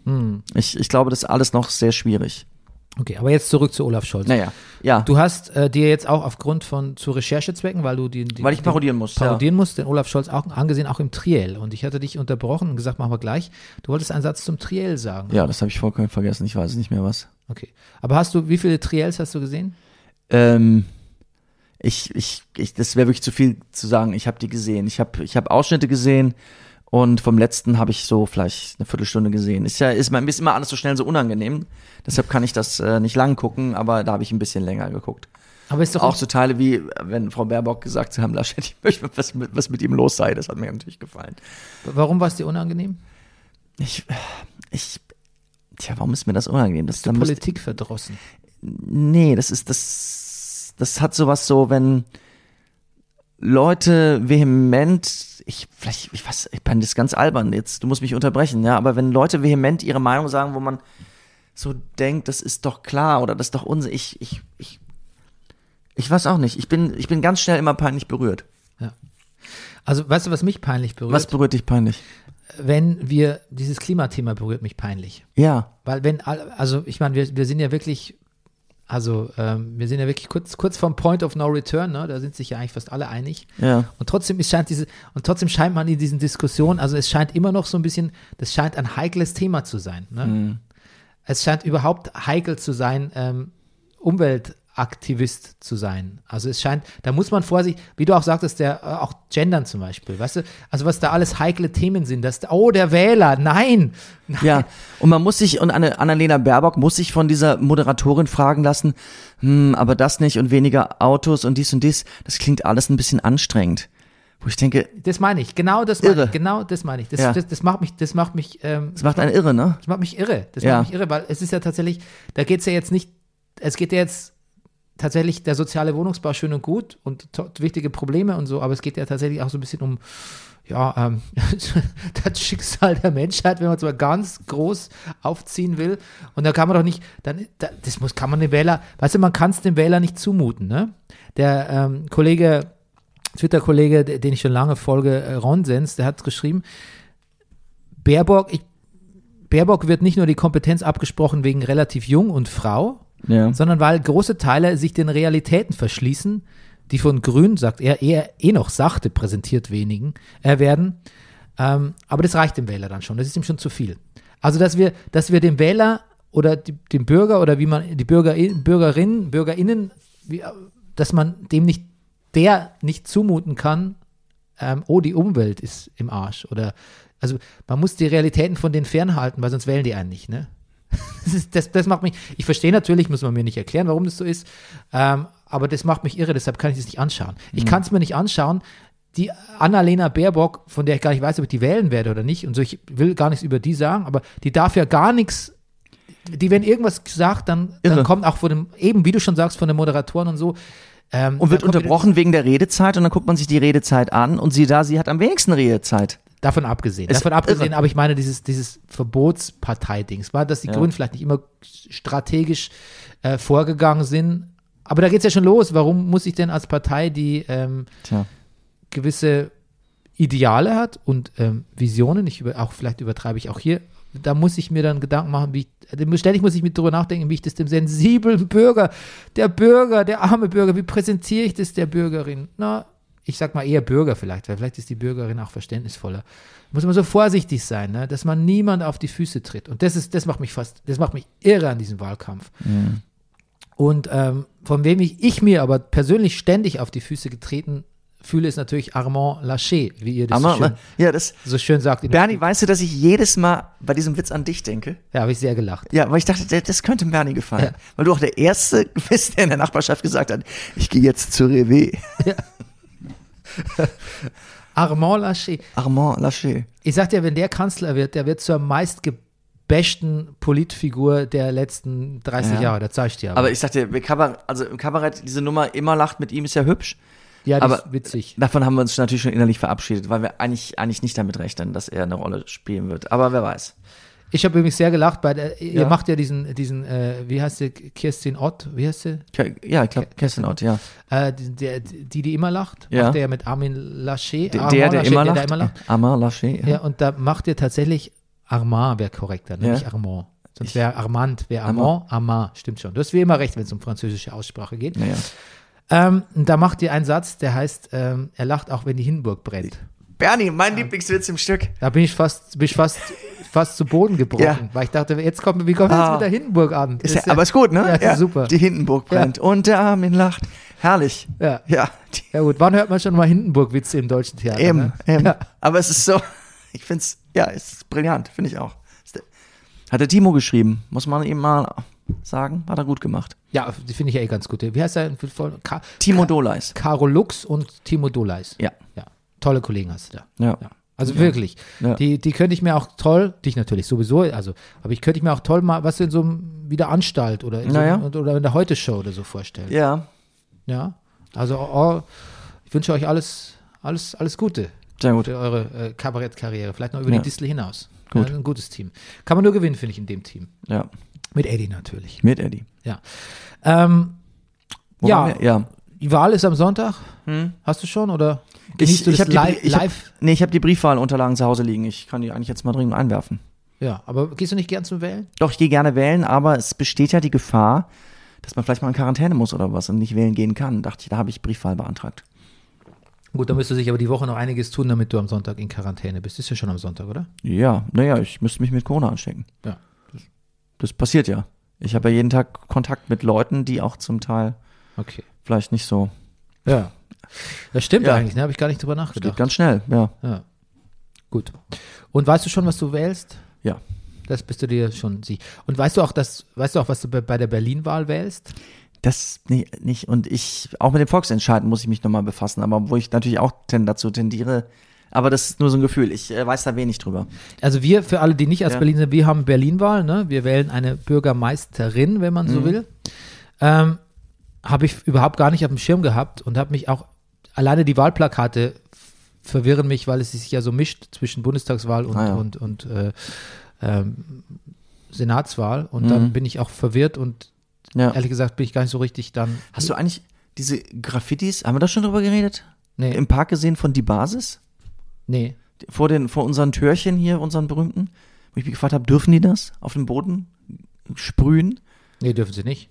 Speaker 1: Hm.
Speaker 2: Ich, ich glaube, das ist alles noch sehr schwierig.
Speaker 1: Okay, aber jetzt zurück zu Olaf Scholz.
Speaker 2: Naja, ja.
Speaker 1: Du hast äh, dir jetzt auch aufgrund von zu Recherchezwecken, weil du den, den
Speaker 2: weil ich
Speaker 1: den,
Speaker 2: parodieren muss. ja.
Speaker 1: parodieren musst, den Olaf Scholz auch angesehen, auch im Triell. Und ich hatte dich unterbrochen und gesagt, machen wir gleich. Du wolltest einen Satz zum Triell sagen.
Speaker 2: Ja, das habe ich vollkommen vergessen. Ich weiß nicht mehr was.
Speaker 1: Okay. Aber hast du, wie viele Triels hast du gesehen?
Speaker 2: Ähm, ich, ich, ich, das wäre wirklich zu viel zu sagen. Ich habe die gesehen. Ich habe ich hab Ausschnitte gesehen und vom letzten habe ich so vielleicht eine Viertelstunde gesehen. Ist ja, ist mir ist immer alles so schnell so unangenehm. Deshalb kann ich das äh, nicht lang gucken, aber da habe ich ein bisschen länger geguckt.
Speaker 1: Aber ist doch
Speaker 2: Auch so Teile wie, äh, wenn Frau Baerbock gesagt zu Herrn Laschet, ich möchte, was mit, was mit ihm los sei. Das hat mir natürlich gefallen.
Speaker 1: warum war es dir unangenehm?
Speaker 2: Ich, ich, tja, warum ist mir das unangenehm? Das, da
Speaker 1: Die
Speaker 2: müsste-
Speaker 1: Politik verdrossen.
Speaker 2: Nee, das ist das. Das hat sowas so, wenn Leute vehement, ich vielleicht, ich weiß, ich bin das ganz albern jetzt, du musst mich unterbrechen, ja, aber wenn Leute vehement ihre Meinung sagen, wo man so denkt, das ist doch klar oder das ist doch unsinnig, ich, ich, ich, ich weiß auch nicht, ich bin, ich bin ganz schnell immer peinlich berührt.
Speaker 1: Also, weißt du, was mich peinlich berührt?
Speaker 2: Was berührt dich peinlich?
Speaker 1: wenn wir, dieses Klimathema berührt mich peinlich.
Speaker 2: Ja,
Speaker 1: Weil wenn, all- also ich meine, wir, wir sind ja wirklich, also ähm, wir sind ja wirklich kurz, kurz vom Point of No Return, ne? da sind sich ja eigentlich fast alle einig.
Speaker 2: ja.
Speaker 1: Und trotzdem ist, scheint diese, und trotzdem scheint man in diesen Diskussionen, also es scheint immer noch so ein bisschen, das scheint ein heikles Thema zu sein. Ne?
Speaker 2: Mhm.
Speaker 1: Es scheint überhaupt heikel zu sein, ähm, Umweltaktivist zu sein. Also es scheint, da muss man vorsichtig, wie du auch sagtest, der äh, auch gendern zum Beispiel, weißt du, also was da alles heikle Themen sind, dass oh der Wähler, nein, nein.
Speaker 2: Ja, und man muss sich, und Anne- Annalena Baerbock muss sich von dieser Moderatorin fragen lassen, hm, aber das nicht und weniger Autos und dies und dies, das klingt alles ein bisschen anstrengend. Wo ich denke,
Speaker 1: das meine ich, genau das meine
Speaker 2: Irre.
Speaker 1: ich, genau das meine ich, das,
Speaker 2: Ja.
Speaker 1: das, das macht mich, das macht mich ähm,
Speaker 2: das macht einen irre, ne?
Speaker 1: Das macht mich irre. Das
Speaker 2: Ja.
Speaker 1: macht mich irre, weil es ist ja tatsächlich, da geht es ja jetzt nicht, es geht ja jetzt tatsächlich der soziale Wohnungsbau schön und gut und to- wichtige Probleme und so, aber es geht ja tatsächlich auch so ein bisschen um, ja, ähm, das Schicksal der Menschheit, wenn man es mal ganz groß aufziehen will. Und da kann man doch nicht, dann, da, das muss, kann man dem Wähler, weißt du, man kann es dem Wähler nicht zumuten, ne? Der ähm, Kollege, Twitter-Kollege, de- den ich schon lange folge, äh, Ronsens, der hat geschrieben, Baerbock, ich Baerbock wird nicht nur die Kompetenz abgesprochen wegen relativ jung und Frau,
Speaker 2: Ja.
Speaker 1: sondern weil große Teile sich den Realitäten verschließen, die von Grün, sagt er, eher eh noch sachte präsentiert wenigen äh, werden. Ähm, aber das reicht dem Wähler dann schon, das ist ihm schon zu viel. Also, dass wir, dass wir dem Wähler oder die, dem Bürger oder wie man die Bürger, Bürgerinnen, BürgerInnen, wie, äh, dass man dem nicht, der nicht zumuten kann, ähm, oh, die Umwelt ist im Arsch. Oder also man muss die Realitäten von denen fernhalten, weil sonst wählen die einen nicht, ne? Das, ist, das, das macht mich, ich verstehe natürlich, muss man mir nicht erklären, warum das so ist, ähm, aber das macht mich irre, deshalb kann ich das nicht anschauen.
Speaker 2: Mhm.
Speaker 1: Ich kann es mir nicht anschauen, die Annalena Baerbock, von der ich gar nicht weiß, ob ich die wählen werde oder nicht, und so, ich will gar nichts über die sagen, aber die darf ja gar nichts, die, wenn irgendwas sagt, dann,
Speaker 2: Irre.
Speaker 1: dann kommt auch von dem, eben wie du schon sagst, von den Moderatoren und so. ähm, dann
Speaker 2: Und wird
Speaker 1: kommt wieder-
Speaker 2: unterbrochen wegen der Redezeit und dann guckt man sich die Redezeit an und sie da, sie hat am wenigsten Redezeit.
Speaker 1: Davon abgesehen.
Speaker 2: Ist
Speaker 1: davon abgesehen,
Speaker 2: irre.
Speaker 1: aber ich meine dieses, dieses Verbotsparteidings, war, dass die Grünen vielleicht nicht immer strategisch äh, vorgegangen sind. Aber da geht es ja schon los. Warum muss ich denn als Partei, die ähm,
Speaker 2: Tja.
Speaker 1: gewisse Ideale hat und ähm, Visionen, ich über, auch vielleicht übertreibe ich auch hier, da muss ich mir dann Gedanken machen, wie ich, äh, ständig muss ich mir drüber nachdenken, wie ich das dem sensiblen Bürger, der Bürger, der arme Bürger, wie präsentiere ich das der Bürgerin? Na, ich sag mal eher Bürger vielleicht, weil vielleicht ist die Bürgerin auch verständnisvoller. Muss man so vorsichtig sein, ne? dass man niemand auf die Füße tritt. Und das ist, das macht mich fast, das macht mich irre an diesem Wahlkampf. Und ähm, von wem ich, ich mir aber persönlich ständig auf die Füße getreten fühle, ist natürlich Armand Laché, wie ihr das so schön,
Speaker 2: Aber, ne? ja, das.
Speaker 1: so schön sagt.
Speaker 2: ne? Bernie, weißt du, dass ich jedes Mal bei diesem Witz an dich denke?
Speaker 1: Ja, habe ich sehr gelacht.
Speaker 2: Ja, weil ich dachte, der- das könnte Bernie gefallen. Weil du auch der Erste bist, der in der Nachbarschaft gesagt hat, ich gehe jetzt zur Rewe.
Speaker 1: Armand Laché.
Speaker 2: Armand Laché.
Speaker 1: Ich sag dir, wenn der Kanzler wird, der wird zur meistgebäschten Politfigur der letzten 30
Speaker 2: Ja.
Speaker 1: Jahre. Da zeig ich dir aber.
Speaker 2: Aber ich dachte, wir Kabarett, also im Kabarett, diese Nummer immer lacht mit ihm, ist ja hübsch.
Speaker 1: ja, das
Speaker 2: aber-
Speaker 1: ist witzig.
Speaker 2: Davon haben wir uns natürlich schon innerlich verabschiedet, weil wir eigentlich, eigentlich nicht damit rechnen, dass er eine Rolle spielen wird. Aber wer weiß.
Speaker 1: Ich habe übrigens sehr gelacht bei der, ihr
Speaker 2: Ja.
Speaker 1: macht ja diesen, diesen, äh, wie heißt sie, Kirstin Ott, wie heißt sie?
Speaker 2: Ke- Ja, ich glaube, Kerstin Ott, ja.
Speaker 1: Äh, die, der, die, die immer lacht,
Speaker 2: Ja.
Speaker 1: macht er ja mit Armin Laschet.
Speaker 2: Der,
Speaker 1: Armand
Speaker 2: der, der
Speaker 1: Laschet,
Speaker 2: immer
Speaker 1: der
Speaker 2: lacht.
Speaker 1: immer lacht.
Speaker 2: Armand Laché.
Speaker 1: Ja, und da macht ihr tatsächlich Armand wäre korrekter, ne?
Speaker 2: Ja.
Speaker 1: nicht Armand. Sonst wäre Armand, wäre Armand, Armand, stimmt schon. Du hast wie immer recht, wenn es um französische Aussprache geht.
Speaker 2: Naja.
Speaker 1: Ähm, und da macht ihr einen Satz, der heißt, ähm, er lacht auch, wenn die Hinburg brennt.
Speaker 2: Bernie, mein Lieblingswitz im Stück.
Speaker 1: Da bin ich fast, bin ich fast, fast zu Boden gebrochen,
Speaker 2: Ja.
Speaker 1: weil ich dachte, jetzt kommt, wie kommt wir jetzt
Speaker 2: Ah.
Speaker 1: mit der Hindenburg an?
Speaker 2: Ist ja, aber ist gut, ne?
Speaker 1: Ja, ist super.
Speaker 2: Die Hindenburg brennt und der Armin lacht. Herrlich.
Speaker 1: Ja.
Speaker 2: Ja, die,
Speaker 1: ja gut, wann hört man schon mal Hindenburg-Witze im deutschen Theater?
Speaker 2: eben,
Speaker 1: Ne?
Speaker 2: eben.
Speaker 1: Ja.
Speaker 2: Aber es ist so, ich find's, ja, es ist brillant, finde ich auch. Ist der- Hat der Timo geschrieben, muss man ihm mal sagen, hat er gut gemacht.
Speaker 1: ja, die finde ich ja eh ganz gut. Wie heißt er? Voll- Ka
Speaker 2: Timo Dolais.
Speaker 1: Caro Lux und Timo Dolais.
Speaker 2: Ja.
Speaker 1: ja. Tolle Kollegen hast du da.
Speaker 2: Ja.
Speaker 1: Ja. Also wirklich.
Speaker 2: Ja.
Speaker 1: Die, die könnte ich mir auch toll, dich natürlich sowieso, also, aber ich könnte ich mir auch toll mal, was in so einem wieder Anstalt oder in, so,
Speaker 2: Naja.
Speaker 1: einem- oder in der Heute-Show oder so vorstellen. Ja.
Speaker 2: Ja,
Speaker 1: Also oh, oh, ich wünsche euch alles, alles, alles Gute
Speaker 2: sehr gut.
Speaker 1: für eure äh, Kabarettkarriere. Vielleicht noch über
Speaker 2: Ja.
Speaker 1: die Distel hinaus.
Speaker 2: Gut.
Speaker 1: Ja, ein gutes Team. Kann man nur gewinnen, finde ich, in dem Team.
Speaker 2: Ja,
Speaker 1: Mit Eddie natürlich.
Speaker 2: mit Eddie.
Speaker 1: Ja. Ähm,
Speaker 2: Wo
Speaker 1: Ja.
Speaker 2: waren wir? ja.
Speaker 1: die Wahl ist am Sonntag. Hast du schon oder genießt
Speaker 2: Hm. Ich,
Speaker 1: du
Speaker 2: ich
Speaker 1: das
Speaker 2: habe die,
Speaker 1: li
Speaker 2: Brie- ich hab,
Speaker 1: live?
Speaker 2: nee, ich hab die Briefwahlunterlagen zu Hause liegen. Ich kann die eigentlich jetzt mal dringend einwerfen.
Speaker 1: Ja, aber gehst du nicht gern zum Wählen?
Speaker 2: Doch, ich gehe gerne wählen, aber es besteht ja die Gefahr, dass man vielleicht mal in Quarantäne muss oder was und nicht wählen gehen kann. Dachte ich, da habe ich Briefwahl beantragt.
Speaker 1: Gut, da müsste sich aber die Woche noch einiges tun, damit du am Sonntag in Quarantäne bist. Ist ja schon am Sonntag, oder?
Speaker 2: Ja, naja, ich müsste mich mit Corona anstecken.
Speaker 1: Ja.
Speaker 2: Das passiert ja. Ich habe ja jeden Tag Kontakt mit Leuten, die auch zum Teil
Speaker 1: Okay.
Speaker 2: vielleicht nicht so.
Speaker 1: Ja. Das stimmt
Speaker 2: Ja.
Speaker 1: eigentlich, ne? Habe ich gar nicht drüber
Speaker 2: Das geht
Speaker 1: nachgedacht.
Speaker 2: ganz schnell, ja.
Speaker 1: Ja. Gut. Und weißt du schon, was du wählst?
Speaker 2: Ja.
Speaker 1: Das bist du dir schon sicher. Und weißt du auch, dass, weißt du auch, was du bei- bei der Berlin-Wahl wählst?
Speaker 2: Das nicht, nicht. Und ich, auch mit dem Volksentscheiden muss ich mich nochmal befassen, aber wo ich natürlich auch ten, dazu tendiere. Aber das ist nur so ein Gefühl. Ich äh, weiß da wenig drüber.
Speaker 1: Also wir, für alle, die nicht aus
Speaker 2: Ja.
Speaker 1: Berlin sind, wir haben Berlin-Wahl, ne? Wir wählen eine Bürgermeisterin, wenn man
Speaker 2: Mhm.
Speaker 1: so will. Ähm, habe ich überhaupt gar nicht auf dem Schirm gehabt und habe mich auch, alleine die Wahlplakate f- verwirren mich, weil es sich ja so mischt zwischen Bundestagswahl und,
Speaker 2: Ah ja.
Speaker 1: und, und äh, ähm, Senatswahl und dann bin ich auch verwirrt und
Speaker 2: Mhm. Ja.
Speaker 1: ehrlich gesagt bin ich gar nicht so richtig dann.
Speaker 2: Hast du eigentlich diese Graffitis, haben wir da schon drüber geredet?
Speaker 1: Nee,
Speaker 2: Im Park gesehen von Die Basis?
Speaker 1: nee.
Speaker 2: vor, den, vor unseren Türchen hier, unseren berühmten, wo ich mich gefragt habe, dürfen die das auf dem Boden sprühen?
Speaker 1: Nee, dürfen sie nicht.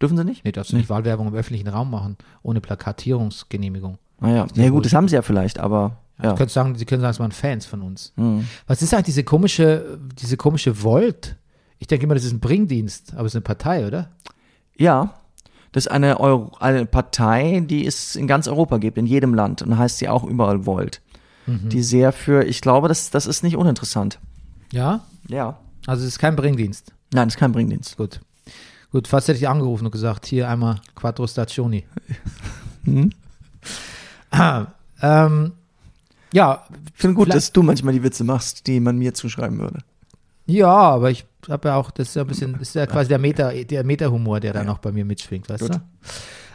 Speaker 2: Dürfen sie nicht?
Speaker 1: Nee, darfst du nicht Wahlwerbung im öffentlichen Raum machen, ohne Plakatierungsgenehmigung.
Speaker 2: Naja, Ah ja, gut, das haben sie ja vielleicht, aber ja.
Speaker 1: Du könntest sagen, sie können sagen, es waren Fans von uns.
Speaker 2: Hm.
Speaker 1: Was ist eigentlich diese komische, diese komische Volt? Ich denke immer, das ist ein Bringdienst, aber es ist eine Partei, oder?
Speaker 2: ja, das ist eine, Euro, eine Partei, die es in ganz Europa gibt, in jedem Land und heißt sie auch überall Volt.
Speaker 1: Mhm.
Speaker 2: Die sehr für, ich glaube, das, das ist nicht uninteressant.
Speaker 1: Ja?
Speaker 2: Ja.
Speaker 1: Also es ist kein Bringdienst.
Speaker 2: Nein, das ist kein Bringdienst.
Speaker 1: Gut. Gut, fast hätte ich angerufen und gesagt, hier einmal Quattro Stationi. Mhm. Ah, ähm, ja,
Speaker 2: Ich finde gut,
Speaker 1: Vielleicht-
Speaker 2: dass du manchmal die Witze machst, die man mir zuschreiben würde.
Speaker 1: ja, aber ich habe ja auch, das ist ja ein bisschen, das ist ja quasi der Meta, der Meta-Humor, der da noch bei mir mitschwingt, weißt
Speaker 2: Gut.
Speaker 1: du?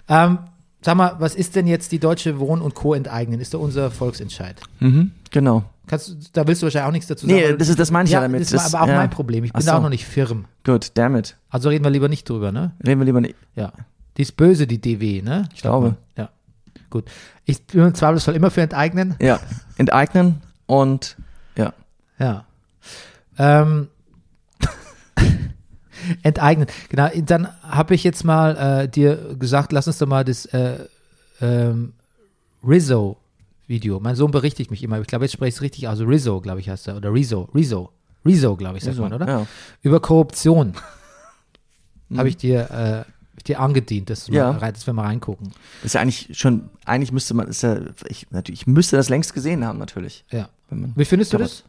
Speaker 1: Ähm, sag mal, was ist denn jetzt die deutsche Wohn- und Co. enteignen? Ist da unser Volksentscheid?
Speaker 2: Mhm, genau.
Speaker 1: Kannst, du- da willst du wahrscheinlich auch nichts dazu sagen.
Speaker 2: Nee,
Speaker 1: oder?
Speaker 2: das, ist, das meine ich ja,
Speaker 1: ja,
Speaker 2: damit.
Speaker 1: das war aber auch
Speaker 2: ja.
Speaker 1: mein Problem. Ich bin
Speaker 2: Ach
Speaker 1: da auch
Speaker 2: so.
Speaker 1: noch nicht firm.
Speaker 2: Gut, damn it.
Speaker 1: Also reden wir lieber nicht drüber, ne?
Speaker 2: Reden wir lieber nicht.
Speaker 1: Ja. Die ist böse, die DW, ne? Ich
Speaker 2: glaube.
Speaker 1: Ja. Gut. Ich bin im Zweifelsfall immer für enteignen.
Speaker 2: Ja, enteignen und ja.
Speaker 1: Ja. Ähm, enteignen. Genau. Dann habe ich jetzt mal äh, dir gesagt, lass uns doch mal das äh, ähm, Rizzo-Video. Mein Sohn berichtigt mich immer. Ich glaube, jetzt spreche ich es richtig aus. Rizzo, glaube ich, heißt er. Oder Rizzo. Rizzo. Rizzo, glaube ich, sagt man, oder?
Speaker 2: Ja.
Speaker 1: über Korruption habe ich dir äh, dir angedient, dass,
Speaker 2: Mhm. Ja.
Speaker 1: man, dass wir mal reingucken.
Speaker 2: Ist ja eigentlich schon, eigentlich müsste man, ist ja, ich, natürlich, ich müsste das längst gesehen haben, natürlich.
Speaker 1: Ja.
Speaker 2: Wenn man-
Speaker 1: Wie findest du
Speaker 2: Kann man-
Speaker 1: das?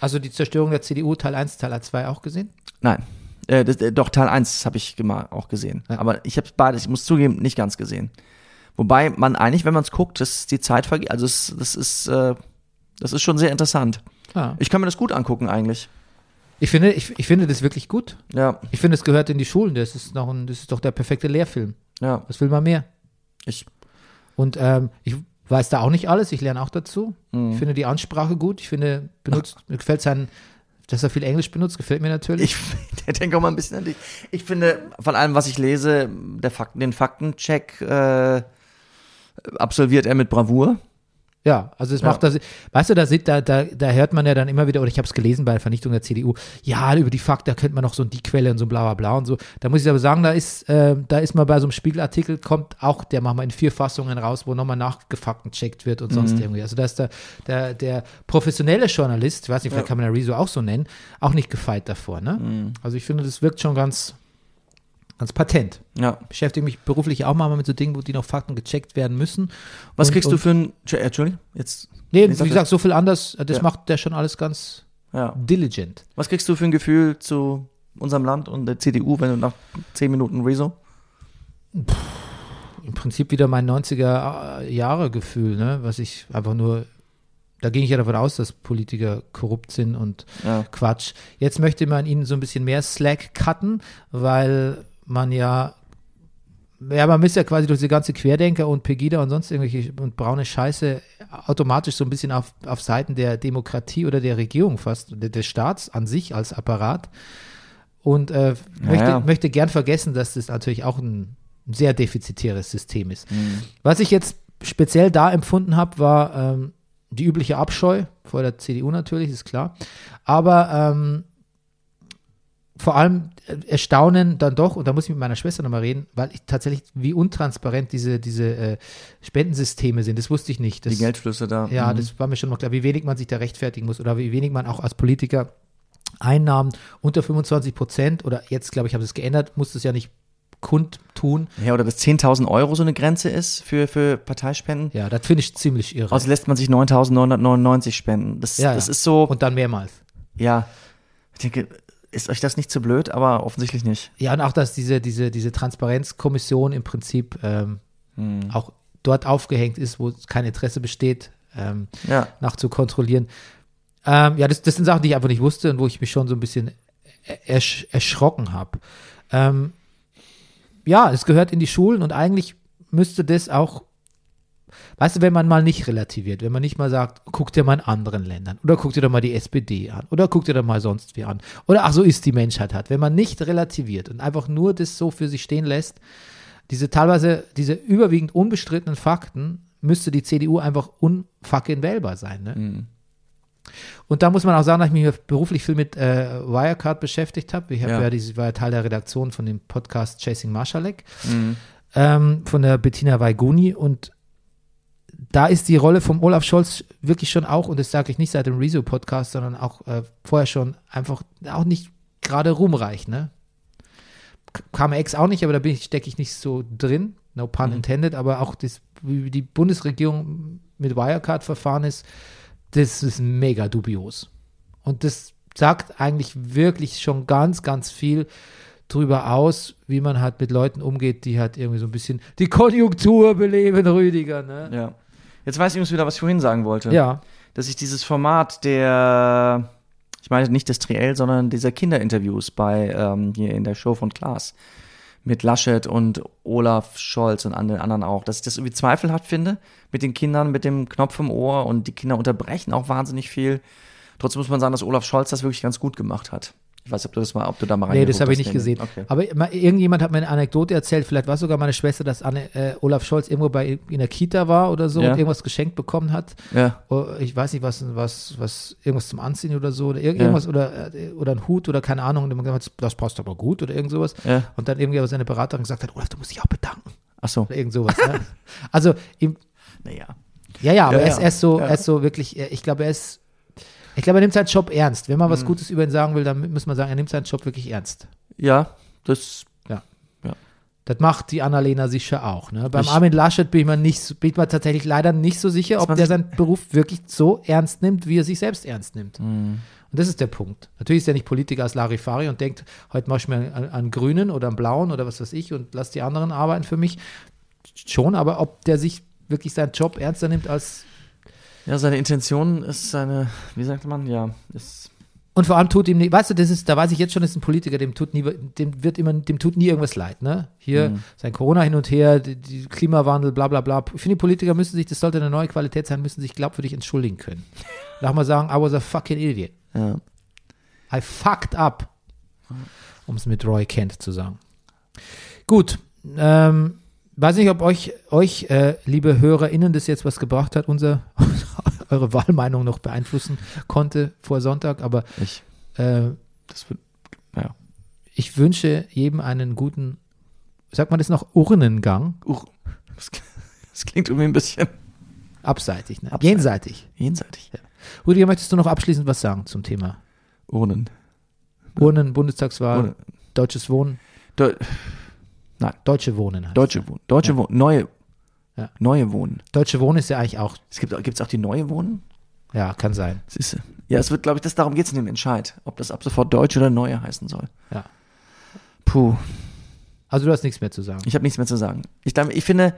Speaker 1: Also die Zerstörung der CDU, Teil 1, Teil 2 auch gesehen?
Speaker 2: Nein. Äh, das, äh, doch, Teil 1 habe ich gema- auch gesehen.
Speaker 1: Ja.
Speaker 2: Aber ich habe beides, ich muss zugeben, nicht ganz gesehen. Wobei man eigentlich, wenn man es guckt, dass die Zeit vergeht, also es, das ist, äh, das ist schon sehr interessant.
Speaker 1: Ja.
Speaker 2: Ich kann mir das gut angucken eigentlich.
Speaker 1: Ich finde, ich, ich finde das wirklich gut.
Speaker 2: Ja,
Speaker 1: Ich finde, es gehört in die Schulen. Das ist, noch ein, das ist doch der perfekte Lehrfilm.
Speaker 2: ja.
Speaker 1: Was will man mehr?
Speaker 2: Ich,
Speaker 1: Und ähm, ich weiß da auch nicht alles. Ich lerne auch dazu.
Speaker 2: Mhm.
Speaker 1: Ich finde die Ansprache gut. Ich finde, benutzt, mir gefällt sein, dass er viel Englisch benutzt. Gefällt mir natürlich.
Speaker 2: ich denke auch mal ein bisschen an dich. Ich finde, von allem, was ich lese, der Fakten, den Faktencheck äh, absolviert er mit Bravour.
Speaker 1: ja, also es
Speaker 2: Ja.
Speaker 1: macht das. Weißt du, da, sieht, da, da, da hört man ja dann immer wieder, oder ich habe es gelesen bei der Vernichtung der CDU. Ja, über die Fakt, da könnte man noch so die Quelle und so bla bla bla und so. Da muss ich aber sagen, da ist, äh, da ist mal bei so einem Spiegelartikel, kommt auch, der macht mal in vier Fassungen raus, wo nochmal nachgefaktencheckt wird und
Speaker 2: Mhm.
Speaker 1: sonst irgendwie. Also da ist der, der, der professionelle Journalist, ich weiß nicht, vielleicht kann man ja Rezo auch so nennen, auch nicht gefeit davor. Ne?
Speaker 2: Mhm.
Speaker 1: Also ich finde, das wirkt schon ganz, ganz patent.
Speaker 2: Ja.
Speaker 1: Beschäftige mich beruflich auch mal mit so Dingen, wo die noch Fakten gecheckt werden müssen.
Speaker 2: Was
Speaker 1: Und-
Speaker 2: kriegst du
Speaker 1: und-
Speaker 2: für ein. Entschu- äh, Entschuldigung, jetzt.
Speaker 1: Nee,
Speaker 2: Nee, sag
Speaker 1: wie
Speaker 2: das.
Speaker 1: gesagt, so viel anders, das
Speaker 2: Ja.
Speaker 1: macht der schon alles ganz
Speaker 2: Ja.
Speaker 1: diligent.
Speaker 2: Was kriegst du für ein Gefühl zu unserem Land und der CDU, wenn du nach 10 Minuten Rezo?
Speaker 1: Im Prinzip wieder mein 90er-Jahre-Gefühl, ne? was ich einfach nur, da ging ich ja davon aus, dass Politiker korrupt sind und
Speaker 2: Ja.
Speaker 1: Quatsch. Jetzt möchte man ihnen so ein bisschen mehr Slack cutten, weil man ja, ja, man ist ja quasi durch diese ganze Querdenker und Pegida und sonst irgendwelche und braune Scheiße automatisch so ein bisschen auf, auf Seiten der Demokratie oder der Regierung fast, de- des Staats an sich als Apparat. Und äh, möchte,
Speaker 2: ja.
Speaker 1: möchte gern vergessen, dass das natürlich auch ein sehr defizitäres System ist.
Speaker 2: Mhm.
Speaker 1: Was ich jetzt speziell da empfunden habe, war ähm, die übliche Abscheu vor der CDU natürlich, ist klar. Aber ähm, vor allem äh, Erstaunen dann doch, und da muss ich mit meiner Schwester nochmal reden, weil ich tatsächlich, wie untransparent diese, diese äh, Spendensysteme sind, das wusste ich nicht. Das,
Speaker 2: Die Geldflüsse da.
Speaker 1: ja,
Speaker 2: Mhm.
Speaker 1: das war mir schon mal klar, wie wenig man sich da rechtfertigen muss oder wie wenig man auch als Politiker Einnahmen unter 25 Prozent oder jetzt, glaube ich, habe ich es geändert, muss es ja nicht kundtun.
Speaker 2: ja, oder dass 10.000 Euro so eine Grenze ist für, für Parteispenden.
Speaker 1: Ja, das finde ich ziemlich irre.
Speaker 2: Außer also lässt man sich 9.999 spenden. Das,
Speaker 1: Ja,
Speaker 2: das
Speaker 1: ja.
Speaker 2: ist so,
Speaker 1: und dann mehrmals.
Speaker 2: ja. Ich denke, ist euch das nicht zu blöd, aber offensichtlich nicht.
Speaker 1: Ja, und auch, dass diese, diese, diese Transparenzkommission im Prinzip ähm, auch dort aufgehängt ist, wo kein Interesse besteht, ähm,
Speaker 2: Ja.
Speaker 1: nachzukontrollieren. Ähm, ja, das, das sind Sachen, die ich einfach nicht wusste und wo ich mich schon so ein bisschen ersch erschrocken habe. Ähm, ja, es gehört in die Schulen und eigentlich müsste das auch, weißt du, wenn man mal nicht relativiert, wenn man nicht mal sagt, guck dir mal in anderen Ländern oder guck dir doch mal die SPD an oder guck dir doch mal sonst wie an oder ach, so ist die Menschheit halt. Wenn man nicht relativiert und einfach nur das so für sich stehen lässt, diese teilweise, diese überwiegend unbestrittenen Fakten müsste die CDU einfach unfucking wählbar sein. Ne? Und da muss man auch sagen, dass ich mich beruflich viel mit äh, Wirecard beschäftigt habe. Ich hab
Speaker 2: Ja.
Speaker 1: ja. diese, war ja Teil der Redaktion von dem Podcast Chasing Marschalek
Speaker 2: Mhm.
Speaker 1: ähm, von der Bettina Weiguni und da ist die Rolle vom Olaf Scholz wirklich schon auch, und das sage ich nicht seit dem Rezo-Podcast, sondern auch äh, vorher schon, einfach auch nicht gerade ruhmreich, ne? K- KMX auch nicht, aber da bin ich, stecke ich nicht so drin, no pun intended, aber auch das, wie die Bundesregierung mit Wirecard verfahren ist, das ist mega dubios. Und das sagt eigentlich wirklich schon ganz, ganz viel drüber aus, wie man halt mit Leuten umgeht, die halt irgendwie so ein bisschen die Konjunktur beleben, Rüdiger, ne?
Speaker 2: Ja. Jetzt weiß ich übrigens wieder, was ich vorhin sagen wollte.
Speaker 1: Ja,
Speaker 2: Dass ich dieses Format der, ich meine nicht des Triell, sondern dieser Kinderinterviews bei, ähm, hier in der Show von Klaas. Mit Laschet und Olaf Scholz und an den anderen auch, dass ich das irgendwie zweifelhaft finde mit den Kindern, mit dem Knopf im Ohr und die Kinder unterbrechen auch wahnsinnig viel. Trotzdem muss man sagen, dass Olaf Scholz das wirklich ganz gut gemacht hat. Ich weiß, ob du das mal, ob du da mal
Speaker 1: nee, das
Speaker 2: reingeguckt
Speaker 1: habe ich
Speaker 2: hast,
Speaker 1: nicht
Speaker 2: Daniel.
Speaker 1: gesehen.
Speaker 2: Okay.
Speaker 1: Aber ma- irgendjemand hat mir eine Anekdote erzählt, vielleicht war es sogar meine Schwester, dass Anne, äh, Olaf Scholz irgendwo bei, in der Kita war oder so
Speaker 2: Ja.
Speaker 1: und irgendwas geschenkt bekommen hat.
Speaker 2: Ja,
Speaker 1: Oh, Ich weiß nicht, was, was, was, irgendwas zum Anziehen oder so, oder ir- irgendwas, oder, äh, oder ein Hut oder keine Ahnung. Und dann gesagt, das passt aber gut oder irgend sowas.
Speaker 2: ja.
Speaker 1: Und dann irgendwie aber seine Beraterin gesagt hat, Olaf, du musst dich auch bedanken.
Speaker 2: Ach so.
Speaker 1: Oder irgend sowas. ne? Also, ihm,
Speaker 2: Naja.
Speaker 1: Ja, ja, aber
Speaker 2: Ja,
Speaker 1: er, ist,
Speaker 2: ja.
Speaker 1: er ist so,
Speaker 2: Ja.
Speaker 1: er ist so wirklich, er- ich glaube, er ist, ich glaube, er nimmt seinen Job ernst. Wenn man
Speaker 2: Mhm.
Speaker 1: was Gutes über ihn sagen will, dann muss man sagen, er nimmt seinen Job wirklich ernst.
Speaker 2: Ja, das
Speaker 1: Das macht die Annalena sicher auch. Ne? Beim
Speaker 2: Ich-
Speaker 1: Armin Laschet bin ich, mir nicht, so- bin ich mir tatsächlich leider nicht so sicher, ob
Speaker 2: man
Speaker 1: der
Speaker 2: sich-
Speaker 1: seinen Beruf wirklich so ernst nimmt, wie er sich selbst ernst nimmt.
Speaker 2: Mhm.
Speaker 1: Und das ist der Punkt. Natürlich ist er nicht Politiker als Larifari und denkt, heute mach ich mir einen, einen grünen oder einen blauen oder was weiß ich und lass die anderen arbeiten für mich. Schon, aber ob der sich wirklich seinen Job ernster nimmt als
Speaker 2: Ja, seine Intention ist seine, wie sagt man, ja, ist.
Speaker 1: Und vor allem tut ihm nicht, weißt du, das ist, da weiß ich jetzt schon, das ist ein Politiker, dem tut nie, dem wird immer, dem tut nie irgendwas leid, ne? Hier sein Corona hin und her, die, die Klimawandel, bla bla bla. Ich finde, die Politiker müssen sich, das sollte eine neue Qualität sein, müssen sich glaubwürdig entschuldigen können. Lass mal sagen, I was a fucking idiot.
Speaker 2: Ja.
Speaker 1: I fucked up. Um es mit Roy Kent zu sagen. Gut. Ähm, weiß nicht, ob euch, euch äh, liebe HörerInnen, das jetzt was gebracht hat, unser, eure Wahlmeinung noch beeinflussen konnte vor Sonntag, aber
Speaker 2: Ich,
Speaker 1: äh,
Speaker 2: das wird, ja.
Speaker 1: ich wünsche jedem einen guten, sagt man das noch, Urnengang?
Speaker 2: Uch, uh, das, klingt- das klingt irgendwie ein bisschen
Speaker 1: Abseitig, ne?
Speaker 2: Abseitig.
Speaker 1: Jenseitig.
Speaker 2: jenseitig.
Speaker 1: Rüdiger, möchtest du noch abschließend was sagen zum Thema?
Speaker 2: Urnen.
Speaker 1: Urnen, Bundestagswahl,
Speaker 2: Urne.
Speaker 1: deutsches Wohnen,
Speaker 2: Deu-
Speaker 1: deutsche Wohnen. Heißt.
Speaker 2: Deutsche Wohnen. Deutsche Wohnen. Neue.
Speaker 1: Ja.
Speaker 2: Neue Wohnen.
Speaker 1: Deutsche Wohnen ist ja eigentlich auch,
Speaker 2: Es gibt gibt's auch die neue Wohnen?
Speaker 1: ja, kann sein.
Speaker 2: Siehst du. Ja, es wird, glaube ich, das, darum geht's in dem Entscheid, ob das ab sofort Deutsch oder Neue heißen soll.
Speaker 1: Ja.
Speaker 2: Puh,
Speaker 1: Also du hast nichts mehr zu sagen.
Speaker 2: ich habe nichts mehr zu sagen. Ich glaube, ich finde,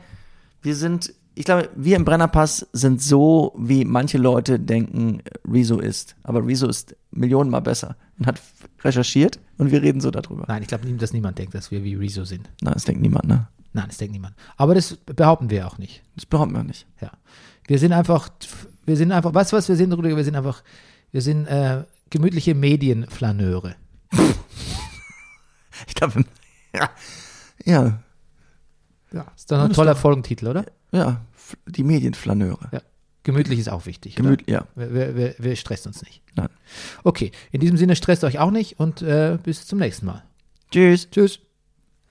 Speaker 2: wir sind, ich glaube, wir im Brennerpass sind so, wie manche Leute denken, Rezo ist. Aber Rezo ist millionenmal besser und hat f- recherchiert und wir reden so darüber.
Speaker 1: Nein, ich glaube, nie- dass niemand denkt, dass wir wie Rezo sind.
Speaker 2: Nein, das denkt niemand, ne?
Speaker 1: Nein, das denkt niemand. Aber das behaupten wir auch nicht.
Speaker 2: Das behaupten wir nicht.
Speaker 1: Ja. Wir sind einfach, wir sind einfach, weißt du was wir sind, Rüdiger? Wir sind einfach, wir sind äh, gemütliche Medienflaneure.
Speaker 2: Ich glaube, ja, ja,
Speaker 1: Ja. Ist doch ein toller Folgentitel, oder?
Speaker 2: ja, f- die Medienflaneure.
Speaker 1: Ja. Gemütlich ist auch wichtig. oder?
Speaker 2: Gemüt, ja.
Speaker 1: Wir, wir, wir, wir stressen uns nicht.
Speaker 2: Nein.
Speaker 1: Okay, in diesem Sinne stresst euch auch nicht und äh, bis zum nächsten Mal.
Speaker 2: Tschüss.
Speaker 1: Tschüss.